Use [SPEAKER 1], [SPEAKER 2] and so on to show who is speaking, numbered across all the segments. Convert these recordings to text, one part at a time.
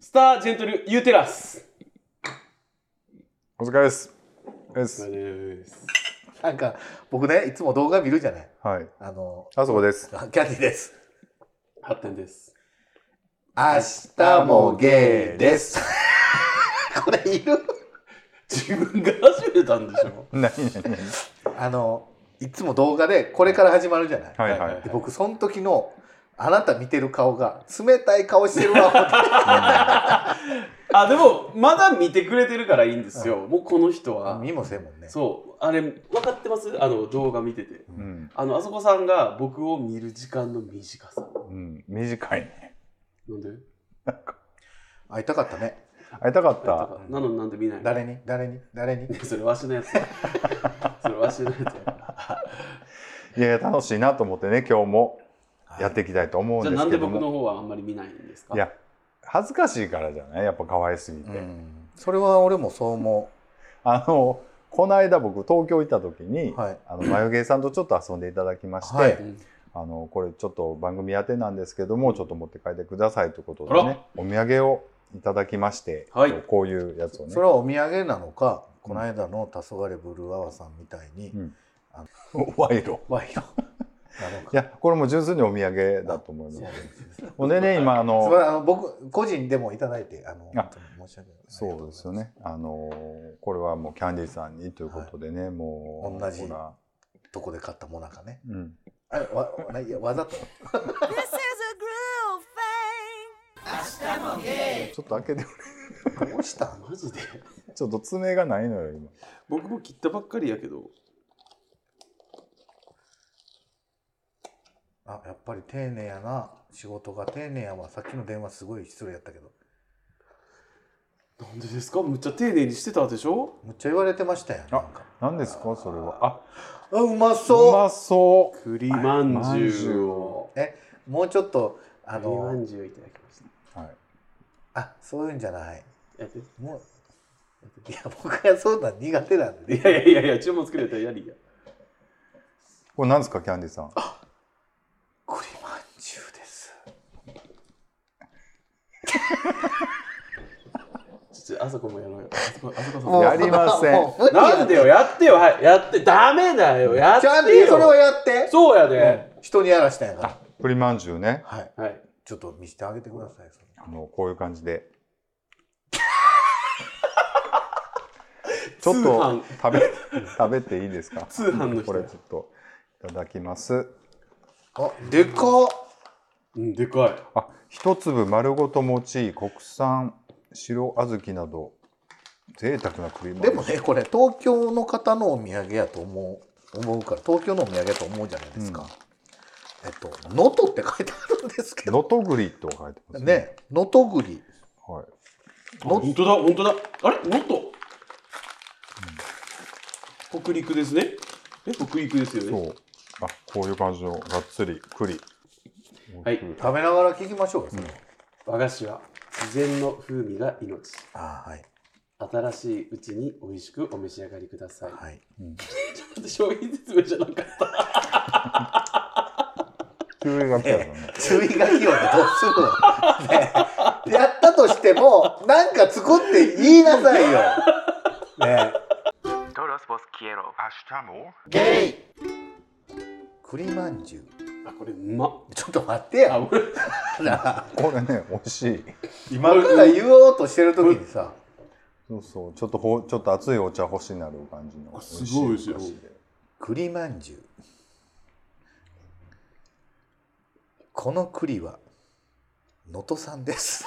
[SPEAKER 1] スタージェントルユーテラス。
[SPEAKER 2] お疲れです。で
[SPEAKER 1] お
[SPEAKER 2] す。
[SPEAKER 1] 疲れです
[SPEAKER 3] なんか僕ねいつも動画見るじゃない
[SPEAKER 2] はい。
[SPEAKER 3] あの
[SPEAKER 2] あそこです。
[SPEAKER 3] キャンディーです
[SPEAKER 1] 発展です。
[SPEAKER 3] 明日もゲーです これいる
[SPEAKER 1] 自分が始めたんでしょ。
[SPEAKER 2] 何何何
[SPEAKER 3] あのいつも動画でこれから始まるじゃない、
[SPEAKER 2] はいはい。
[SPEAKER 3] で僕その時のあなた見てる顔が冷たい顔してるわ思って
[SPEAKER 1] あ、でも、まだ見てくれてるからいいんですよ。もうこの人は。
[SPEAKER 3] 見もせんもんね
[SPEAKER 1] そう。あれ、分かってますあの、動画見てて。
[SPEAKER 2] うん。
[SPEAKER 1] あの、あそこさんが僕を見る時間の短さ。
[SPEAKER 2] うん。短いね。
[SPEAKER 1] なんで
[SPEAKER 3] 会いたかったね
[SPEAKER 2] 会いたか
[SPEAKER 1] な
[SPEAKER 2] っ
[SPEAKER 1] んと
[SPEAKER 2] た。
[SPEAKER 1] かなのになんで見ないの
[SPEAKER 3] 誰に誰に誰に
[SPEAKER 1] それわしの やつや。それわしのやつや。
[SPEAKER 2] いや、楽しいなと思ってね、今日もやってていきたいと思うん
[SPEAKER 1] じゃ
[SPEAKER 2] で
[SPEAKER 1] あ
[SPEAKER 2] すけども。
[SPEAKER 1] なんで僕の方はあんまり見ないんですか
[SPEAKER 2] いや、恥ずかしいからじゃないやっぱ可愛すぎて。
[SPEAKER 3] うんそれは俺もそう思
[SPEAKER 2] あの、この間僕、東京行った時に、
[SPEAKER 3] はい
[SPEAKER 2] あの、眉毛さんとちょっと遊んでいただきまして、
[SPEAKER 3] はい
[SPEAKER 1] うん
[SPEAKER 2] あの、これちょっと番組宛てなんですけども、ちょっと持って帰ってくださいということ
[SPEAKER 1] あ
[SPEAKER 2] で
[SPEAKER 1] ら
[SPEAKER 2] ね、お土産をいただきまして、
[SPEAKER 1] はい
[SPEAKER 2] こういうやつを
[SPEAKER 3] う
[SPEAKER 2] ね
[SPEAKER 3] そ。れはお土産なのかこの間の黄昏ブルーアワーさんみたいに
[SPEAKER 2] うん 賄賂。
[SPEAKER 3] 賄賂なのか
[SPEAKER 2] いや、これも純粋にお土産だと思います。ほんでね、今、あ
[SPEAKER 3] それ
[SPEAKER 2] の、
[SPEAKER 3] はあの僕個人でもいただいてあの
[SPEAKER 2] あ
[SPEAKER 3] 本当に申し訳ない
[SPEAKER 2] そうですよね。あの、これはもうキャンディーさんにということでね、もう、
[SPEAKER 3] 同じ
[SPEAKER 2] ほら
[SPEAKER 3] どこで買ったもなかね
[SPEAKER 2] うん。
[SPEAKER 3] あれわないやわざと
[SPEAKER 4] This is a groove thing.
[SPEAKER 2] ちょっと開けて、
[SPEAKER 3] どうした ん
[SPEAKER 1] マジで
[SPEAKER 2] ちょっと爪がないのよ、今。
[SPEAKER 1] 僕も切ったばっかりやけど。
[SPEAKER 3] あやっぱり丁寧やな仕事が丁寧やわさっきの電話すごい失礼やったけど
[SPEAKER 1] なんでですかむっちゃ丁寧にしてたでしょ
[SPEAKER 3] むっちゃ言われてましたやんなんか
[SPEAKER 2] 何ですか、それは。あ、
[SPEAKER 3] あうま
[SPEAKER 2] う
[SPEAKER 3] そう
[SPEAKER 2] まそう。
[SPEAKER 1] 栗まん
[SPEAKER 2] まん
[SPEAKER 1] じ
[SPEAKER 2] じ
[SPEAKER 1] ゅ
[SPEAKER 2] ゅ
[SPEAKER 1] う
[SPEAKER 2] う
[SPEAKER 1] を。
[SPEAKER 2] を
[SPEAKER 3] えもうちょっとあ
[SPEAKER 1] 栗ま
[SPEAKER 3] の
[SPEAKER 1] んじゅうをいただきました。
[SPEAKER 2] はい。
[SPEAKER 3] あそういうんじゃない
[SPEAKER 1] やって
[SPEAKER 3] もういや僕はそうなん苦手なんで
[SPEAKER 1] いやいやいや、注文作れたらやりや。
[SPEAKER 2] これ何ですか、キャンディーさん。
[SPEAKER 3] 栗まんじゅうです
[SPEAKER 1] ちょっとあそこもやろうよ。あそこあそこさん
[SPEAKER 2] もうやりません
[SPEAKER 3] もう無理や
[SPEAKER 1] なんでよ、やってよ、はい、やって、ダメだよ、やって
[SPEAKER 3] ちゃんと
[SPEAKER 1] よ。
[SPEAKER 3] それをやって
[SPEAKER 1] そうやで。
[SPEAKER 3] 人にやらしたんやから
[SPEAKER 2] 栗まんじゅうね。
[SPEAKER 3] はい
[SPEAKER 1] はい。
[SPEAKER 3] ちょっと見せてあげてくださいそれ
[SPEAKER 2] あの、こういう感 じで。ちょっと
[SPEAKER 1] 通
[SPEAKER 2] 食べ、食べていいですか
[SPEAKER 1] 通販の人
[SPEAKER 2] これちょっと、いただきます。
[SPEAKER 3] あでかっ
[SPEAKER 1] うん、でかい。
[SPEAKER 2] あ、一粒丸ごと餅、国産白小豆など贅沢な栗まんじ
[SPEAKER 3] で
[SPEAKER 2] ゅう
[SPEAKER 3] もねこれ東京の方のお土産やと思う思うから東京のお土産やと思うじゃないですか、えっと「能登」って書いてあるんですけど
[SPEAKER 2] のとぐりと書いてますね。
[SPEAKER 3] ね能登栗
[SPEAKER 2] はい。
[SPEAKER 1] あ本当だ、本当だ。あれ、もっと。北陸ですね。え、北陸ですよ
[SPEAKER 2] そ
[SPEAKER 1] ね。
[SPEAKER 2] う。あ、こういう感じのがっつり栗。
[SPEAKER 1] はい。
[SPEAKER 3] 食べながら聞きましょうよそれ、
[SPEAKER 1] 和菓子は自然の風味が命。
[SPEAKER 3] あはい
[SPEAKER 1] 新しいうちに美味しくお召し上がりください。
[SPEAKER 3] はい
[SPEAKER 1] ちょっと商品説明じゃなかった。
[SPEAKER 2] 急にが来たからね。
[SPEAKER 3] 注意書きをどうするの、ねえ、やったとしてもなんか作って言いなさいよねえ
[SPEAKER 5] Todos vos quiero. Ashtamo.
[SPEAKER 3] ゲイ栗まんじゅう
[SPEAKER 1] あ、これうまっ。
[SPEAKER 3] ちょっと待ってや
[SPEAKER 1] あ、俺、
[SPEAKER 2] これね、美味しい。
[SPEAKER 3] 今から言おうとしてる時にさ
[SPEAKER 2] そうそう。ちょっとほ、ちょっと熱いお茶欲しになる感じの。
[SPEAKER 1] すごい美味しい
[SPEAKER 2] 美味しいお菓子で。
[SPEAKER 3] 栗まんじゅうこの栗は能登産です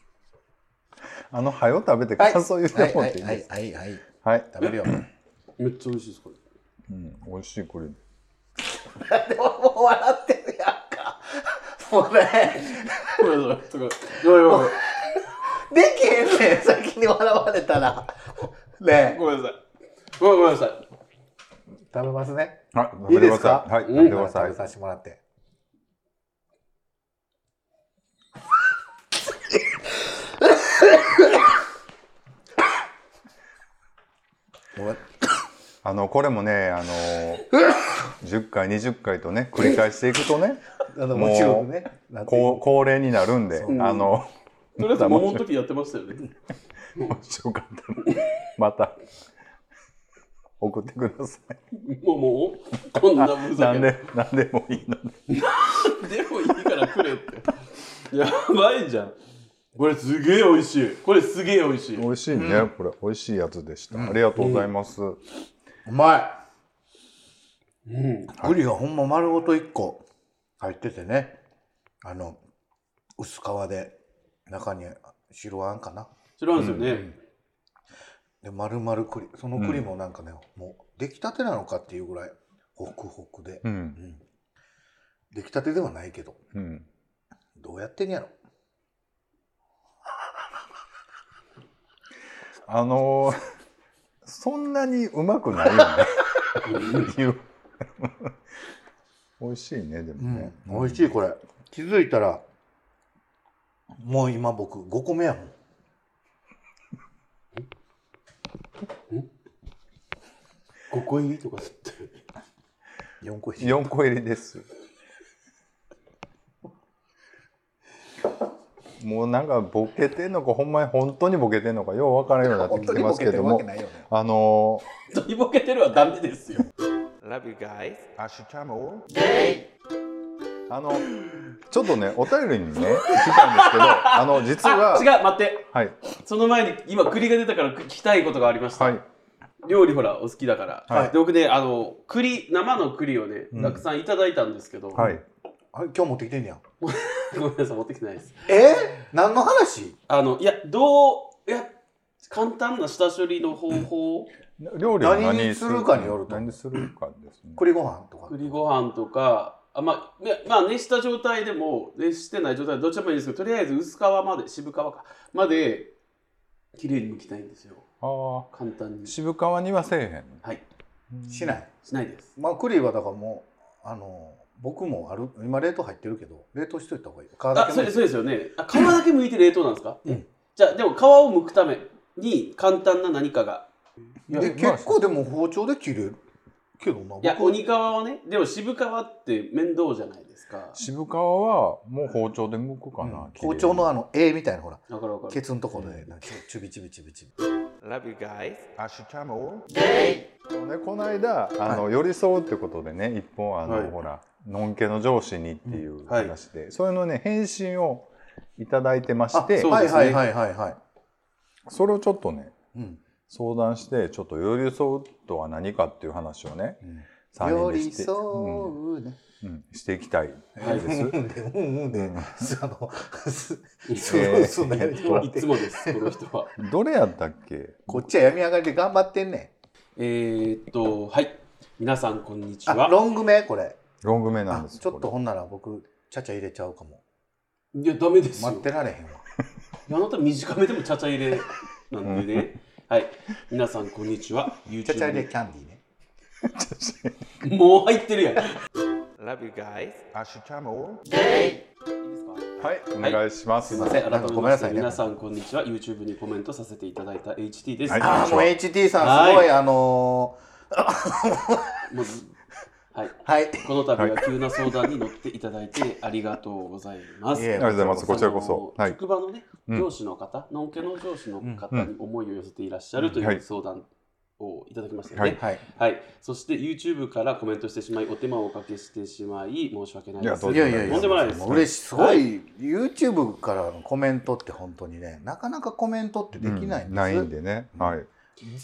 [SPEAKER 2] あの、はよ食べて
[SPEAKER 3] はい
[SPEAKER 2] 感想言ってもらっていい
[SPEAKER 3] は
[SPEAKER 2] で
[SPEAKER 3] い
[SPEAKER 2] すか
[SPEAKER 3] はいはいはい
[SPEAKER 2] はい。
[SPEAKER 3] 食べるよ
[SPEAKER 1] めっちゃ美味しいです、これ。
[SPEAKER 2] うん、美味しい栗。
[SPEAKER 3] でももう笑ってるやんかもうね
[SPEAKER 1] これ、これ、これ。ごめんごめん
[SPEAKER 3] できへんねん先に笑われたらねえ
[SPEAKER 1] ごめんなさい。ごめんごめんなさい。
[SPEAKER 3] 食べますね
[SPEAKER 2] はい、食
[SPEAKER 3] いい
[SPEAKER 2] べて
[SPEAKER 3] で
[SPEAKER 2] く
[SPEAKER 3] す
[SPEAKER 2] ださ
[SPEAKER 3] か
[SPEAKER 2] い。は
[SPEAKER 1] う
[SPEAKER 2] い、
[SPEAKER 1] ん
[SPEAKER 2] 食べてくださ
[SPEAKER 3] 食
[SPEAKER 2] い
[SPEAKER 3] べ。させてもら ってごめん
[SPEAKER 2] あのこれもね、あの 10回20回とね繰り返していくとね
[SPEAKER 3] あの
[SPEAKER 2] もう
[SPEAKER 3] もちろんね。なんていう
[SPEAKER 2] こう恒例になるんで、
[SPEAKER 3] そう
[SPEAKER 2] あの
[SPEAKER 1] とりあえず桃の時やってましたよね。
[SPEAKER 2] 面白かったらまた送ってください
[SPEAKER 1] 桃をこんなふざけ
[SPEAKER 2] 何
[SPEAKER 1] で
[SPEAKER 2] で何でもいいので
[SPEAKER 1] でもいいからくれって。やばいじゃん。これすげえ美味しい。これすげえ美味しい。
[SPEAKER 2] 美味しいね、これ美味しいやつでした、ありがとうございます、
[SPEAKER 3] うまい
[SPEAKER 1] うん。
[SPEAKER 3] ブリがほんま丸ごと1個入っててねあの薄皮で中に白あんかな
[SPEAKER 1] 白あんですよね。
[SPEAKER 3] で丸々栗その栗もなんかね、もう出来たてなのかっていうぐらいホクホクで、
[SPEAKER 2] う
[SPEAKER 3] うんん出来たてではないけど
[SPEAKER 2] うん
[SPEAKER 3] どうやってんやろ
[SPEAKER 2] あのーそんなにうまくないよね言う 美味しいねでもね、
[SPEAKER 3] 美味しいこれ気づいたらもう今僕5個目やもん
[SPEAKER 1] ここ入りとかって。
[SPEAKER 3] 4個入り
[SPEAKER 2] 4個入りですもうなんかボケてんのかほんまに本当にボケてんのかよう分からんようになってきてますけども
[SPEAKER 3] いよね
[SPEAKER 2] あの
[SPEAKER 1] とりぼけてるはダメですよ。
[SPEAKER 5] Love you guys.
[SPEAKER 2] ーあのちょっとねお便りにね来たんですけどあの実
[SPEAKER 1] あ
[SPEAKER 2] は
[SPEAKER 1] 違う、待って。
[SPEAKER 2] はい
[SPEAKER 1] その前に今栗が出たから聞きたいことがありました。
[SPEAKER 2] はい
[SPEAKER 1] 料理ほらお好きだから。
[SPEAKER 2] はい
[SPEAKER 1] で僕ねあの栗生の栗をね
[SPEAKER 2] うん
[SPEAKER 1] たくさんいただいたんですけど。
[SPEAKER 2] はい
[SPEAKER 3] あ今日持ってきてんねや
[SPEAKER 1] ごめんなさい持ってきてないです。
[SPEAKER 3] え何の話
[SPEAKER 1] あのいやどういや簡単な下処理の方 法。
[SPEAKER 2] 料理を
[SPEAKER 3] 何にするかによると
[SPEAKER 2] 何にするかですね
[SPEAKER 3] 栗ご飯とか
[SPEAKER 1] 栗ご飯とかあまあ、いやまあ熱した状態でも熱してない状態でどっちでもいいんですけどとりあえず薄皮まで渋皮かまで綺麗に剥きたいんですよ
[SPEAKER 2] あ
[SPEAKER 1] 簡単
[SPEAKER 2] あ
[SPEAKER 1] にし
[SPEAKER 2] 渋川にはせえへん
[SPEAKER 1] はい
[SPEAKER 3] しない
[SPEAKER 1] ないです
[SPEAKER 3] まあ栗はだからもうあの僕もある今冷凍入ってるけど冷凍しといた方がいいよ皮だ
[SPEAKER 1] あ
[SPEAKER 3] け
[SPEAKER 1] そう
[SPEAKER 3] む
[SPEAKER 1] です
[SPEAKER 3] いて
[SPEAKER 1] そうですよねあ皮だけ剥いて冷凍なんですか、
[SPEAKER 3] うん
[SPEAKER 1] じゃあでも皮を剥くために簡単な何かが
[SPEAKER 2] いや
[SPEAKER 3] で
[SPEAKER 2] まあ
[SPEAKER 3] 結構でも包丁で切れるけどな僕
[SPEAKER 1] いや鬼皮はねでも渋皮って面倒じゃないですか
[SPEAKER 2] 渋皮はもう包丁で剥くかな、
[SPEAKER 3] うん包丁のあの絵みたいなほら
[SPEAKER 1] だから分か
[SPEAKER 3] ケ
[SPEAKER 1] る
[SPEAKER 3] ツのところでなんかチュビチュビチュビチュビ
[SPEAKER 5] Love you guys.
[SPEAKER 2] そうね、この間あの、寄り添うってことでね一本あの、
[SPEAKER 1] はい
[SPEAKER 2] ほらのんけの上司にっていう
[SPEAKER 1] はい
[SPEAKER 2] 話で、それのね返信をいただいてま
[SPEAKER 3] あ
[SPEAKER 2] して
[SPEAKER 1] そう
[SPEAKER 2] そ
[SPEAKER 3] は
[SPEAKER 1] で
[SPEAKER 3] い
[SPEAKER 1] すね
[SPEAKER 3] はいはいはいはい
[SPEAKER 2] れをちょっとね
[SPEAKER 3] うん
[SPEAKER 2] 相談してちょっと寄り添うとは何かっていう話をね3人
[SPEAKER 3] 寄
[SPEAKER 2] で
[SPEAKER 3] り
[SPEAKER 2] して,、
[SPEAKER 3] 添うね
[SPEAKER 2] うんうんしていきたい
[SPEAKER 1] はい
[SPEAKER 2] です。
[SPEAKER 3] うんでうんうんで
[SPEAKER 2] うん
[SPEAKER 3] あのす
[SPEAKER 2] えー
[SPEAKER 3] すんなやめてもら
[SPEAKER 1] い
[SPEAKER 3] って
[SPEAKER 1] つもですこの人は
[SPEAKER 2] どれやったっけ
[SPEAKER 3] こっちは病み上がりで頑張ってんね
[SPEAKER 1] えーっとはい皆さんこんにち
[SPEAKER 3] あ
[SPEAKER 1] は
[SPEAKER 3] ロング目これ
[SPEAKER 2] ロング目なん
[SPEAKER 3] あ
[SPEAKER 2] です
[SPEAKER 3] ちょっと
[SPEAKER 2] こ
[SPEAKER 3] ほんなら僕ちゃちゃ入れちゃうかも
[SPEAKER 1] いやダメですよ
[SPEAKER 3] 待ってられへんわ
[SPEAKER 1] いやあなた短めでもちゃちゃ入れなんで ね。はい。皆さん、こんにちは。
[SPEAKER 3] ちゃちゃ入れ
[SPEAKER 1] YouTube。
[SPEAKER 3] キャンディーね
[SPEAKER 1] もう入ってるやん。いい
[SPEAKER 5] Love you guys.
[SPEAKER 1] ですか
[SPEAKER 2] れはいお願いします、
[SPEAKER 1] すみません。改め
[SPEAKER 3] なんかごめん
[SPEAKER 1] ま
[SPEAKER 3] な
[SPEAKER 1] して、
[SPEAKER 3] さいね
[SPEAKER 1] 皆さん、こんにちは。YouTube にコメントさせていただいた HT です。
[SPEAKER 2] はい
[SPEAKER 3] ああ、もう HT さん、すごい、あの
[SPEAKER 1] もうはい。
[SPEAKER 3] ー、はい。
[SPEAKER 1] この度は急な相談に乗っていただいてありがとうございます。
[SPEAKER 3] い
[SPEAKER 2] あ
[SPEAKER 3] え
[SPEAKER 2] りがとうございますこちらこそ
[SPEAKER 1] あの
[SPEAKER 2] はい
[SPEAKER 1] 職場のね、
[SPEAKER 2] うん
[SPEAKER 1] 上司の方、のんけの上司の方に思いを寄せていらっしゃると
[SPEAKER 2] はいいう
[SPEAKER 1] 相談をいただきましたよね。
[SPEAKER 2] はい
[SPEAKER 3] はい。
[SPEAKER 1] はい、そして YouTube からコメントしてしまいお手間をおかけしてしまい申し訳ないです
[SPEAKER 2] いやどう
[SPEAKER 3] い
[SPEAKER 2] ぞ
[SPEAKER 3] やいやいや、
[SPEAKER 1] とんでもないです
[SPEAKER 3] もう嬉しい。すごい、YouTube からのコメントって本当にね、なかなかコメントってできない
[SPEAKER 2] う
[SPEAKER 3] んです。
[SPEAKER 2] んないんでね、はい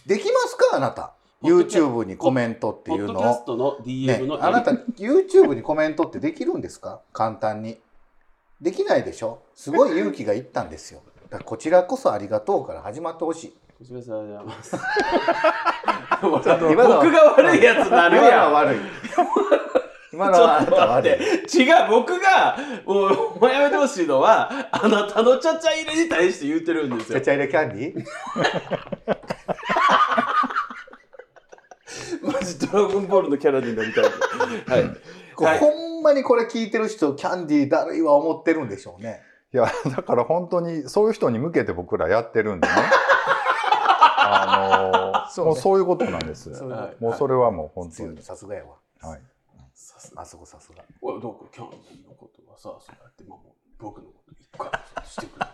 [SPEAKER 3] できますか、あなた。YouTube にコメントって
[SPEAKER 1] ポ
[SPEAKER 3] い
[SPEAKER 1] ッ
[SPEAKER 3] う
[SPEAKER 1] ド
[SPEAKER 3] の
[SPEAKER 1] キャス
[SPEAKER 3] を。
[SPEAKER 1] トの
[SPEAKER 3] ね
[SPEAKER 1] DM の、、
[SPEAKER 3] あなた、YouTube にコメントってできるんですか簡単に。できないでしょすごい勇気がいったんですよ。だからこちらこそありがとうから始まってほしい。
[SPEAKER 1] ごめんなさいありがとうございます
[SPEAKER 3] と
[SPEAKER 1] 僕が悪いやつなる
[SPEAKER 3] 今のは
[SPEAKER 1] やん
[SPEAKER 3] 悪い。今
[SPEAKER 1] ちょ
[SPEAKER 3] のは
[SPEAKER 1] っ
[SPEAKER 3] あな
[SPEAKER 1] と
[SPEAKER 3] た悪
[SPEAKER 1] 待
[SPEAKER 3] い
[SPEAKER 1] っ。て違う僕がもうお前やめてほしいのはあなたのちゃちゃ入れに対して言ってるんです
[SPEAKER 3] ちゃ
[SPEAKER 1] よ
[SPEAKER 3] ちゃ入れキャンディー
[SPEAKER 1] マジドラゴンボールのキャラになりたい はい
[SPEAKER 3] こ
[SPEAKER 1] はい
[SPEAKER 3] ほんまにこれ聞いてる人キャンディーだるいは思ってるんでしょうね
[SPEAKER 2] いや、 だから本当にそういう人に向けて僕らやってるん でね。あのそうもうそういうことなんです。
[SPEAKER 3] そう
[SPEAKER 1] は
[SPEAKER 2] もうそれはもう本当
[SPEAKER 3] 強い
[SPEAKER 2] に。
[SPEAKER 3] さすがやわ
[SPEAKER 2] はい。
[SPEAKER 1] さすが
[SPEAKER 3] あそこさすが
[SPEAKER 1] おいどうかキャンディーのことはさそうやって守る僕のこと一回してくれ
[SPEAKER 3] な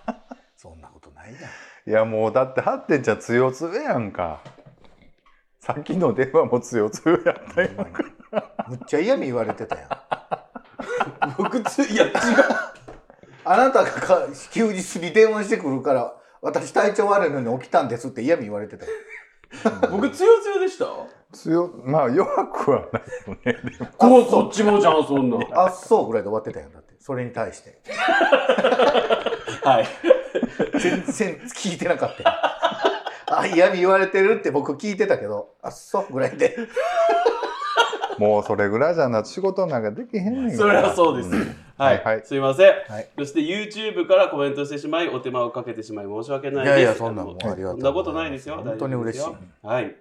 [SPEAKER 3] いやん
[SPEAKER 2] いやもうだってハッテンちゃん強強やんかさっきの電話も強強やったよ
[SPEAKER 3] むっちゃ嫌味言われてたやん
[SPEAKER 1] 僕ついや違う
[SPEAKER 3] あなたがか休日に電話してくるから私体調悪いのに起きたんですって嫌味言われてたよ
[SPEAKER 1] 僕つよつよでした
[SPEAKER 2] 強まあ弱くはないよねでも
[SPEAKER 1] こうこっちもじゃんそんなん
[SPEAKER 3] あっそうぐらいで終わってたやんだってそれに対して
[SPEAKER 1] はい
[SPEAKER 3] 全然聞いてなか ったよあ嫌味言われてるって僕聞いてたけどあっそうぐらいで
[SPEAKER 2] もうそれぐらいじゃな仕事なんかできへんねん
[SPEAKER 1] そ
[SPEAKER 2] から
[SPEAKER 1] れはそうです、
[SPEAKER 2] ん
[SPEAKER 1] は
[SPEAKER 2] はい
[SPEAKER 1] い
[SPEAKER 2] はい
[SPEAKER 1] すいません、
[SPEAKER 3] はい
[SPEAKER 1] そして YouTube からコメントしてしまいお手間をかけてしまい申し訳ないです
[SPEAKER 3] もうあり
[SPEAKER 1] そ
[SPEAKER 3] が
[SPEAKER 1] んなことないですよ。
[SPEAKER 3] 本当に嬉
[SPEAKER 1] 大
[SPEAKER 3] しい
[SPEAKER 1] 丈夫ですよはい。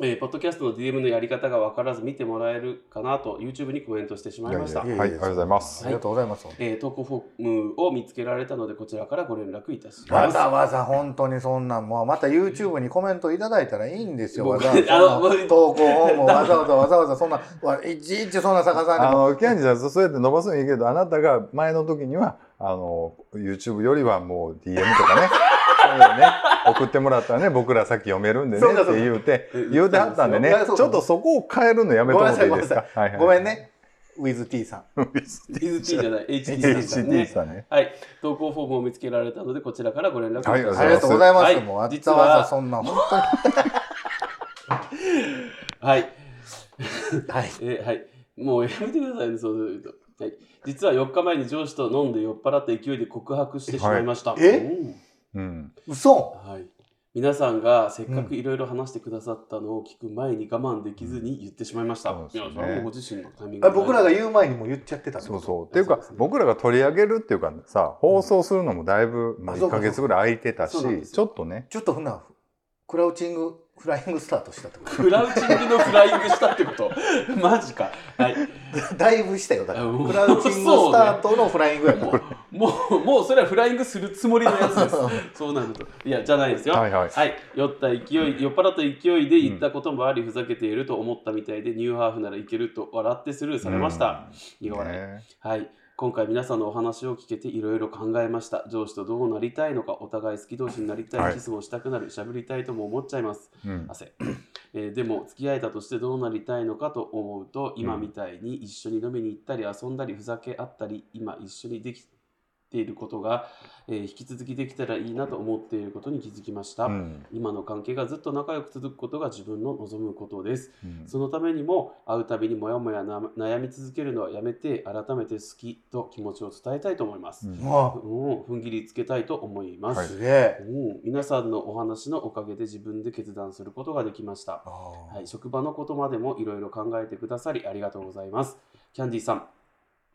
[SPEAKER 1] えーポッドキャストの DM のやり方が分からず見てもらえるかなと YouTube にコメントしてしまいました
[SPEAKER 2] いや。はいありがとうございます
[SPEAKER 3] ありがとうございます、
[SPEAKER 1] えー投稿フォームを見つけられたのでこちらからご連絡いたし
[SPEAKER 3] わ
[SPEAKER 1] ます。
[SPEAKER 3] ざわざ本当にそんなんもうまた YouTube にコメントいただいたらいいんですよ。わ
[SPEAKER 1] 僕
[SPEAKER 3] ざわざ
[SPEAKER 1] あの
[SPEAKER 3] そんな投稿をもうわざわざわざわざそんなわいちいちそんな逆さ
[SPEAKER 2] あ
[SPEAKER 3] に
[SPEAKER 2] のキャンディーさんそうやって伸ばすのいいけどあなたが前の時にはあの YouTube よりはもう DM とかねそういうのね送ってもらったらね僕らさっき読めるんでね
[SPEAKER 3] そうだ
[SPEAKER 2] っ
[SPEAKER 3] そうだ
[SPEAKER 2] て言うて
[SPEAKER 1] うん
[SPEAKER 2] 言うてはったんでね
[SPEAKER 3] いや
[SPEAKER 2] ち
[SPEAKER 3] そ
[SPEAKER 2] ょっ
[SPEAKER 3] うそう
[SPEAKER 2] とそこを変えるのやめてもらっていいですかはいはい
[SPEAKER 3] ごめんね WithT さん。
[SPEAKER 1] DT じゃない HT さん
[SPEAKER 2] HT
[SPEAKER 1] ね。
[SPEAKER 2] さんね
[SPEAKER 1] はい。投稿フォームを見つけられたのでこちらからご連絡いたします。
[SPEAKER 2] は
[SPEAKER 3] ありがとうございます。
[SPEAKER 1] はい
[SPEAKER 3] もうわ
[SPEAKER 1] 実
[SPEAKER 3] ざ
[SPEAKER 1] は
[SPEAKER 3] わざそんな本当に。
[SPEAKER 1] はい。
[SPEAKER 3] はい。
[SPEAKER 1] えーはい。もうやめてくださいね、そういうの。はい、実は4日前に上司と飲んで酔っ払って勢いで告白してしまいました。
[SPEAKER 3] いえ
[SPEAKER 1] うん
[SPEAKER 2] うん
[SPEAKER 3] 嘘
[SPEAKER 1] はい、皆さんがせっかくいろいろ話してくださったのを聞く前に我慢できずに言ってしまいました。
[SPEAKER 2] うんそ
[SPEAKER 1] いや
[SPEAKER 2] うですね
[SPEAKER 1] それはもうご自身のタイミング
[SPEAKER 3] あ
[SPEAKER 1] で
[SPEAKER 3] 僕らが言う前にも言っちゃってたって
[SPEAKER 2] そ
[SPEAKER 3] こ
[SPEAKER 2] う
[SPEAKER 3] と
[SPEAKER 2] そうっていう
[SPEAKER 1] そう
[SPEAKER 2] か
[SPEAKER 1] ですね
[SPEAKER 2] 僕らが取り上げるっていうかさ放送するのもだいぶまあ
[SPEAKER 3] あそ
[SPEAKER 2] 1
[SPEAKER 3] うか
[SPEAKER 2] か月ぐらい空いてたし
[SPEAKER 1] そうなんですよ
[SPEAKER 2] ちょっとね
[SPEAKER 3] ちょっとふなクラウチングフライングスタートしたってこ
[SPEAKER 1] クラウチングのフライングしたってこと マジか。はい、
[SPEAKER 3] とだいぶしたよだか
[SPEAKER 1] あ
[SPEAKER 3] ら
[SPEAKER 1] もう
[SPEAKER 3] クラウチングスタートのフライングやから
[SPEAKER 1] もうもうそれはフライングするつもりのやつ です。そうなると。いや、じゃないですよ。
[SPEAKER 2] はいはい
[SPEAKER 1] はい、酔った勢い酔っ払った勢いで言ったこともあり、ふざけていると思ったみたいでニューハーフならいけると笑ってスルーされました、苦笑い
[SPEAKER 2] ね
[SPEAKER 1] はい今回皆さんのお話を聞けていろいろ考えました上司とどうなりたいのかお互い好き同士になりたい、
[SPEAKER 2] はい
[SPEAKER 1] キスもしたくなるしゃべりたいとも思っちゃいます
[SPEAKER 2] うん
[SPEAKER 1] 汗、えーでも付き合えたとしてどうなりたいのかと思うと今みたいに一緒に飲みに行ったり遊んだりふざけ合ったり今一緒にできていることが、えー引き続きできたらいいなと思っていることに気づきました、
[SPEAKER 2] うん
[SPEAKER 1] 今の関係がずっと仲良く続くことが自分の望むことです。
[SPEAKER 2] うん
[SPEAKER 1] そのためにも会うたびにもやもやな悩み続けるのはやめて改めて好きと気持ちを伝えたいと思います。
[SPEAKER 2] うん
[SPEAKER 3] も
[SPEAKER 1] うん、踏ん切りつけたいと思いま
[SPEAKER 3] う
[SPEAKER 1] す、
[SPEAKER 3] すげえ
[SPEAKER 1] うん。皆さんのお話のおかげで自分で決断することができました。はい、職場のことまでもいろいろ考えてくださりありがとうございます。キャンディさん、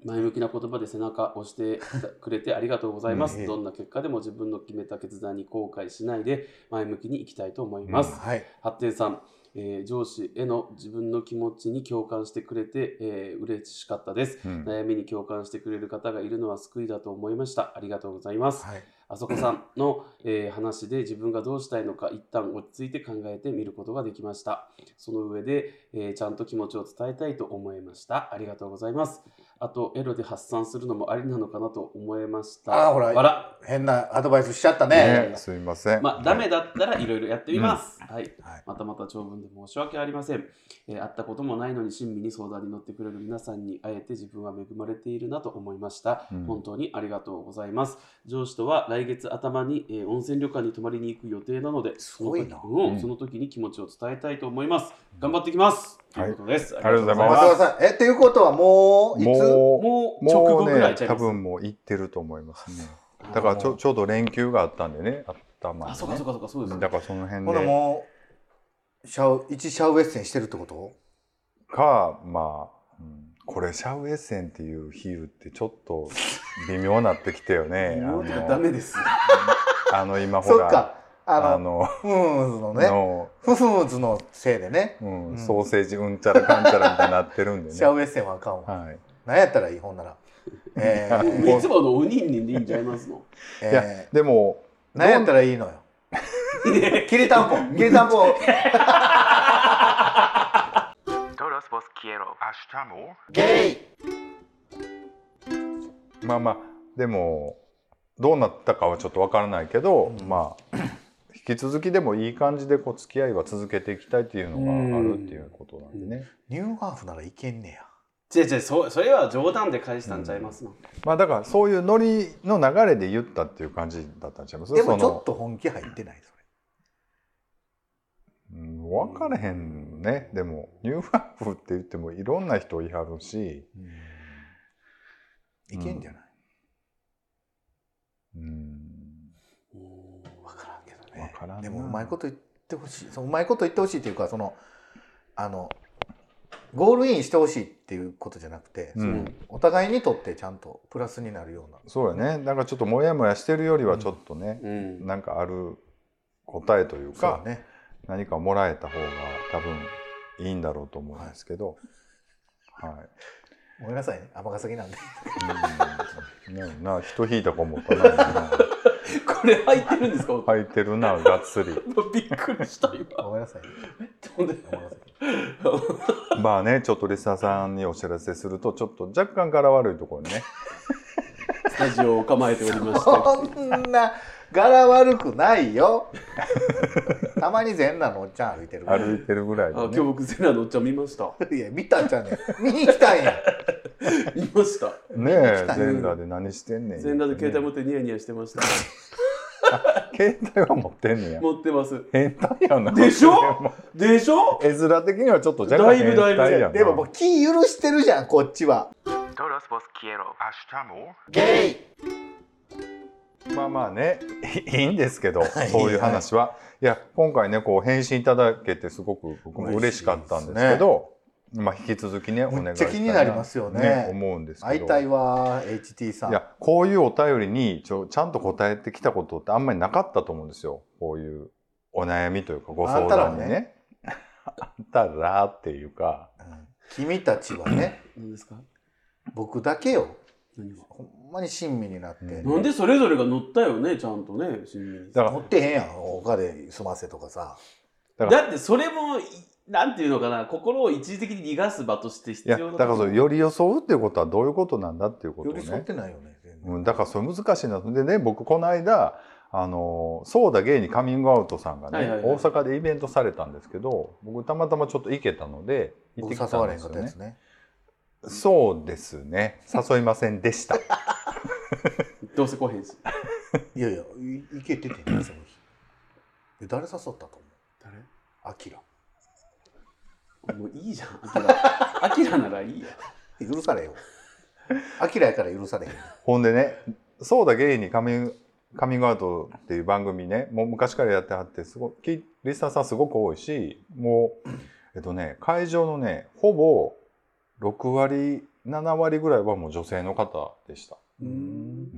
[SPEAKER 1] 前向きな言葉で背中を押してくれてありがとうございま
[SPEAKER 3] いえい
[SPEAKER 1] す。
[SPEAKER 3] え
[SPEAKER 1] どんな結果でも自分の決めた決断に後悔しないで前向きにいきたいと思います。
[SPEAKER 2] うん
[SPEAKER 3] はい
[SPEAKER 1] 発展さん、えー上司への自分の気持ちに共感してくれて、えー嬉しかったです。
[SPEAKER 2] うん
[SPEAKER 1] 悩みに共感してくれる方がいるのは救いだと思いました。ありがとうございます。
[SPEAKER 3] はい
[SPEAKER 1] あそこさんの、えー話で自分がどうしたいのか一旦落ち着いて考えてみることができました。その上で、えーちゃんと気持ちを伝えたいと思いました。ありがとうございます。あと、エロで発散するのもありなのかなと思いました。
[SPEAKER 3] あーほら
[SPEAKER 1] 笑
[SPEAKER 3] 変なアドバイスしちゃったね
[SPEAKER 2] ねすみません
[SPEAKER 1] まあ、ダメだったらいろいろやってみます。はい。
[SPEAKER 3] はい
[SPEAKER 1] またまた長文で申し訳ありません、えー会ったこともないのに親身に相談に乗ってくれる皆さんに会えて自分は恵まれているなと思いました、
[SPEAKER 2] うん
[SPEAKER 1] 本当にありがとうございます上司とは来月頭に、えー温泉旅館に泊まりに行く予定なのです
[SPEAKER 3] ごい
[SPEAKER 1] その
[SPEAKER 3] な
[SPEAKER 1] 時,うん、
[SPEAKER 2] うん
[SPEAKER 1] その時に気持ちを伝えたいと思います頑張ってきます、
[SPEAKER 2] はい
[SPEAKER 1] ということですあ
[SPEAKER 2] りがとうございます
[SPEAKER 3] 待ってくださいえということはもういつ
[SPEAKER 2] もう
[SPEAKER 1] もう直
[SPEAKER 2] も
[SPEAKER 1] 後
[SPEAKER 2] う
[SPEAKER 1] ぐらい
[SPEAKER 2] ね
[SPEAKER 1] ちゃい
[SPEAKER 2] 多
[SPEAKER 1] ます、
[SPEAKER 2] 分もう行ってると思いますねだからち
[SPEAKER 3] あ
[SPEAKER 2] ょ
[SPEAKER 3] ー
[SPEAKER 2] ちょうど連休があったんでね頭にね
[SPEAKER 1] あそうかそうかそうかそうです
[SPEAKER 2] だからその辺
[SPEAKER 3] ほな
[SPEAKER 2] で
[SPEAKER 3] もうシャウ一シャウエッセンしてるってこと
[SPEAKER 2] かまあ、うんこれシャウエッセンっていうヒールってちょっと微妙になってきたよねあ
[SPEAKER 1] もうダ
[SPEAKER 2] の
[SPEAKER 1] メです
[SPEAKER 2] あの今ほ
[SPEAKER 3] そっ
[SPEAKER 2] ら
[SPEAKER 3] かあ
[SPEAKER 2] あ
[SPEAKER 3] の
[SPEAKER 2] の
[SPEAKER 3] フームズのね
[SPEAKER 2] の、
[SPEAKER 3] フームズのせいでね
[SPEAKER 2] うん
[SPEAKER 3] うん
[SPEAKER 2] ソーセージうんちゃらかんちゃらみたいになってるんで
[SPEAKER 3] シ
[SPEAKER 2] ね
[SPEAKER 3] ャウエッセンはあかんわ
[SPEAKER 2] はい
[SPEAKER 3] 何やったらいいほんならえ ー
[SPEAKER 1] いつものおにんにんでいいんちゃいますの
[SPEAKER 2] いや
[SPEAKER 3] え
[SPEAKER 2] でも
[SPEAKER 3] ー何やったらいいのよきりたんぽ きりたんぽ
[SPEAKER 5] Todos vos quiero.
[SPEAKER 3] ゲイ
[SPEAKER 2] まあまあでもどうなったかはちょっとわからないけど、
[SPEAKER 3] うん
[SPEAKER 2] まあ 引き続きでもいい感じでこう付き合いは続けていきたいっていうのがあるっていうことなんでね、
[SPEAKER 3] ニューハーフならいけんねや。
[SPEAKER 1] 違う違うそそれは冗談で返したんちゃいますの、
[SPEAKER 2] まあだからそういうノリの流れで言ったっていう感じだったんちゃいます
[SPEAKER 3] でもち
[SPEAKER 2] そ
[SPEAKER 3] ょ
[SPEAKER 2] の
[SPEAKER 3] っと本気入ってないそれ。
[SPEAKER 2] うん、分からへんねでもニューハーフって言ってもいろんな人いはるし、
[SPEAKER 3] いけんじゃない、
[SPEAKER 2] うん、
[SPEAKER 1] うん、分からんけどね
[SPEAKER 2] わからんな
[SPEAKER 3] でもうまいこと言ってほしいそううまいこと言ってほしいっていうかそのあのゴールインしてほしいっていうことじゃなくて、
[SPEAKER 2] うんん、
[SPEAKER 3] お互いにとってちゃんとプラスになるような
[SPEAKER 2] そうやねなんかちょっとモヤモヤしてるよりはちょっとね、
[SPEAKER 1] うん
[SPEAKER 2] なんかある答えというか
[SPEAKER 3] そうね
[SPEAKER 2] 何かもらえた方が多分いいんだろうと思うんですけど、はい
[SPEAKER 3] ごめんなさいね甘がすぎな んで
[SPEAKER 2] うんねな人引いた子もったな
[SPEAKER 1] これ入ってるんですか、
[SPEAKER 2] 履いてるながっつり
[SPEAKER 1] びっくりした今
[SPEAKER 3] ごめんなさいね
[SPEAKER 1] ほん で
[SPEAKER 3] 甘がすぎ
[SPEAKER 2] まあねちょっとリスナーさんにお知らせするとちょっと若干柄悪いところにね
[SPEAKER 1] スタジオを構えておりまし て
[SPEAKER 3] そんな柄悪くないよ たまに全裸のおっちゃん歩いてるから
[SPEAKER 2] 歩いてるぐらい
[SPEAKER 1] あ今
[SPEAKER 2] で、ね
[SPEAKER 1] 日、僕ゼラのおっちゃん見ました
[SPEAKER 3] いや見たんじゃんね見に来たんや
[SPEAKER 1] 見ました
[SPEAKER 2] ねえ全裸で何してんねん
[SPEAKER 1] 全裸で携帯持ってニヤニヤしてました
[SPEAKER 2] 携帯は持ってんねや
[SPEAKER 1] 持ってます
[SPEAKER 2] 変態やな
[SPEAKER 1] でしょでしょ
[SPEAKER 2] 絵面的にはちょっと若
[SPEAKER 1] だ
[SPEAKER 2] 干
[SPEAKER 1] いぶ
[SPEAKER 2] 変
[SPEAKER 1] だいぶ
[SPEAKER 2] 態やな
[SPEAKER 3] でももう気許してるじゃんこっちは
[SPEAKER 5] Todos vos quiero. Hasta luego.
[SPEAKER 3] ゲイ
[SPEAKER 2] まあまあねいい いんですけど、
[SPEAKER 3] い
[SPEAKER 2] そういう話は、い、や今回ねこう返信いただけてすごく僕も嬉しかったんですけどまあ引き続きねお願いしたい
[SPEAKER 3] めっちゃ気になりますよね
[SPEAKER 2] 思うんですけど
[SPEAKER 3] 会いたいわ HT さん
[SPEAKER 2] いやこういうお便りにちょちゃんと答えてきたことってあんまりなかったと思うんですよこういうお悩みというかご相談にね。あんたらっていうか
[SPEAKER 3] うん君たちはね
[SPEAKER 1] 何ですか
[SPEAKER 3] 僕だけよ
[SPEAKER 1] 何が
[SPEAKER 3] ほんまに親身になって、
[SPEAKER 2] うん
[SPEAKER 1] なんでそれぞれが乗ったよねちゃんとね親身に
[SPEAKER 2] だか
[SPEAKER 3] 持ってへんやん他で済ませとかさ
[SPEAKER 2] だ
[SPEAKER 1] だってそれもいなんていうのかな心を一時的に逃がす場として必
[SPEAKER 2] らいや
[SPEAKER 1] 要な
[SPEAKER 2] だからそれ寄り添うっていうことはどういうことなんだっていうこと
[SPEAKER 3] 寄
[SPEAKER 2] をね
[SPEAKER 3] り添ってないよね全然
[SPEAKER 2] うん、だからそれ難しいなでね僕この間あのそうだゲイにカミングアウトさんがね、
[SPEAKER 1] はいはいはい
[SPEAKER 2] 大阪でイベントされたんですけど僕たまたまちょっと行けたので行っ
[SPEAKER 3] 僕
[SPEAKER 2] てき
[SPEAKER 3] 誘
[SPEAKER 2] た
[SPEAKER 3] わ
[SPEAKER 2] ん
[SPEAKER 3] れへ
[SPEAKER 2] で
[SPEAKER 3] ん
[SPEAKER 2] す
[SPEAKER 3] か
[SPEAKER 2] よ
[SPEAKER 3] ったや
[SPEAKER 2] ね
[SPEAKER 3] つね
[SPEAKER 2] そうですね誘いませんでした
[SPEAKER 1] どうせ来へんし
[SPEAKER 3] いやいやいいけててんねその日え誰誘ったと思うアキラ
[SPEAKER 1] 誰もういいじゃんアキラアキラならいいや
[SPEAKER 3] 許 されよアキラやから許されへん
[SPEAKER 2] ほんでねそうだゲイにカミングカミングアウトっていう番組ねもう昔からやってはってすごいきリスナーさんすごく多いしもうえっとね会場のねほぼ6割7割ぐらいはもう女性の方でした。
[SPEAKER 1] うーん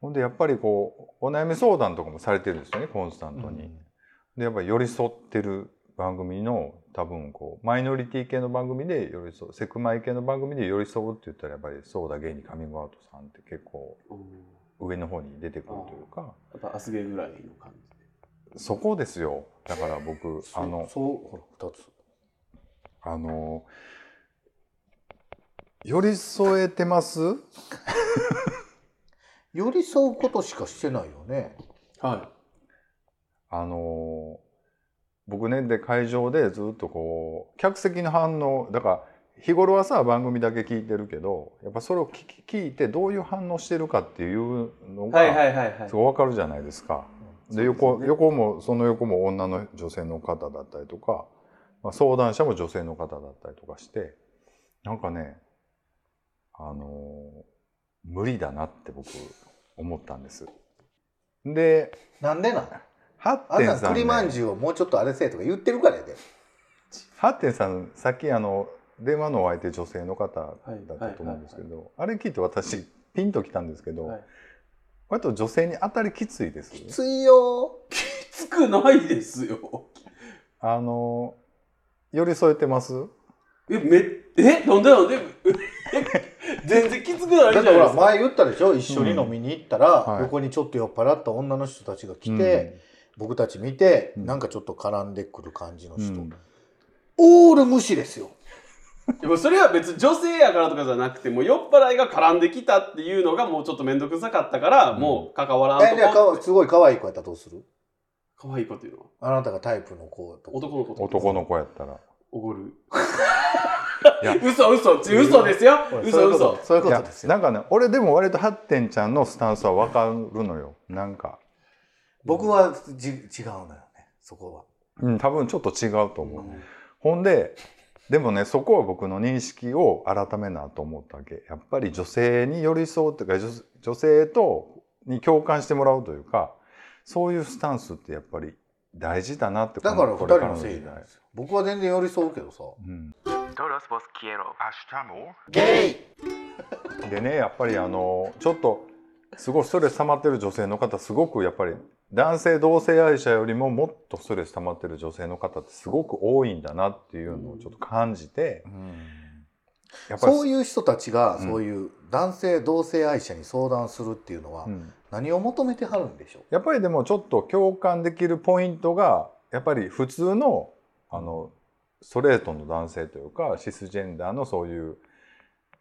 [SPEAKER 2] ほんでやっぱりこうお悩み相談とかもされてるんですよねコンスタントに。でやっぱり寄り添ってる番組の多分こうマイノリティ系の番組で寄り添うセクマイ系の番組で寄り添うって言ったらやっぱりそうだ芸人カミングアウトさんって結構上の方に出てくるというか
[SPEAKER 1] やっぱアスゲぐらいの感じ
[SPEAKER 2] そこですよだから僕あ
[SPEAKER 3] あ
[SPEAKER 2] の
[SPEAKER 3] のそうほら二つ
[SPEAKER 2] あの寄り添えてます
[SPEAKER 3] 寄り添うことしかしてないよね
[SPEAKER 1] は
[SPEAKER 2] あのー僕ねで会場でずっとこう客席の反応だから日頃はさ番組だけ聞いてるけどやっぱそれを聞き聞いてどういう反応してるかっていうの
[SPEAKER 1] いはいは
[SPEAKER 2] が
[SPEAKER 1] いはいはい
[SPEAKER 2] すごい分かるじゃないですか。で横横もその横も女の女性の方だったりとか、まあ、相談者も女性の方だったりとかしてなんかねあのー無理だなって僕思ったんです。で
[SPEAKER 3] なんでなんあんなん
[SPEAKER 2] 8.3
[SPEAKER 3] 栗まんじゅうをもうちょっとあれせえとか言ってるからやで
[SPEAKER 2] ハッテンさんさっきあの電話のお相手女性の方だったと思うんですけどあれ聞いて私ピンときたんですけど、
[SPEAKER 1] はい
[SPEAKER 2] 割と女性に当たりきついです
[SPEAKER 3] きついよ
[SPEAKER 1] きつくないですよ
[SPEAKER 2] あの寄り添えてます
[SPEAKER 1] えめえなんでなんで え全然きつくないじ
[SPEAKER 3] だ
[SPEAKER 1] ゃ
[SPEAKER 3] っ
[SPEAKER 1] な
[SPEAKER 3] て
[SPEAKER 1] い
[SPEAKER 3] ほ
[SPEAKER 1] で
[SPEAKER 3] ら
[SPEAKER 1] すか
[SPEAKER 3] 前言ったでしょ一緒に飲みに行った
[SPEAKER 2] うん
[SPEAKER 3] ら
[SPEAKER 2] はい
[SPEAKER 3] 横にちょっと酔っ払った女の人たちが来て、僕たち見て
[SPEAKER 2] うん
[SPEAKER 3] なんかちょっと絡んでくる感じの
[SPEAKER 2] うん
[SPEAKER 3] 人、オール無視ですよ
[SPEAKER 1] でもそれは別に女性やからとかじゃなくてもう酔っ払いが絡んできたっていうのがもうちょっと面倒くさかったから、
[SPEAKER 2] うん
[SPEAKER 1] もう関わら
[SPEAKER 3] え
[SPEAKER 1] ん
[SPEAKER 3] じゃあ
[SPEAKER 1] とこ
[SPEAKER 3] かすごい可愛い子やったらどうする
[SPEAKER 1] 可愛い子っていうのは
[SPEAKER 3] あなたがタイプの子とか
[SPEAKER 1] 男の子と
[SPEAKER 2] 男の子やったら。
[SPEAKER 1] おごる
[SPEAKER 2] いや
[SPEAKER 1] 嘘嘘ち嘘ですよ
[SPEAKER 3] そう
[SPEAKER 1] 嘘
[SPEAKER 3] いうこと
[SPEAKER 1] 嘘
[SPEAKER 3] そうい
[SPEAKER 2] い
[SPEAKER 3] うこと
[SPEAKER 2] や
[SPEAKER 3] ですよ
[SPEAKER 2] なんかね俺でも割とハッテンちゃんのスタンスは分かるのよなんか、
[SPEAKER 3] 僕はじ違うのよねそこ
[SPEAKER 2] うん、多分ちょっと違うと
[SPEAKER 3] は、
[SPEAKER 2] 思う、ほんででもねそこは僕の認識を改めなと思ったわけやっぱり女性に寄り添うというか女女性とに共感してもらうというかそういうスタンスってやっぱり大事だなって
[SPEAKER 3] だから
[SPEAKER 2] これ
[SPEAKER 3] 二人
[SPEAKER 2] から
[SPEAKER 3] のせい
[SPEAKER 2] 時
[SPEAKER 3] じゃない
[SPEAKER 2] 代
[SPEAKER 3] ですよ僕は全然寄り添うけどさ
[SPEAKER 2] うん、
[SPEAKER 5] Todos vos quiero. Hasta more.
[SPEAKER 3] ゲイ
[SPEAKER 2] でねやっぱりあのちょっとすごいストレス溜まってる女性の方すごくやっぱり男性同性愛者よりももっとストレス溜まってる女性の方ってすごく多いんだなっていうのをちょっと感じて、やっぱり
[SPEAKER 3] そう
[SPEAKER 2] う、
[SPEAKER 3] いう人たちが
[SPEAKER 2] うん
[SPEAKER 3] そういう男性同性愛者に相談するっていうのは
[SPEAKER 2] ん、
[SPEAKER 3] 何を求めてはるんでしょう
[SPEAKER 2] やっぱりでもちょっと共感できるポイントがやっぱり普通のあのストレートの男性というかシスジェンダーのそういう、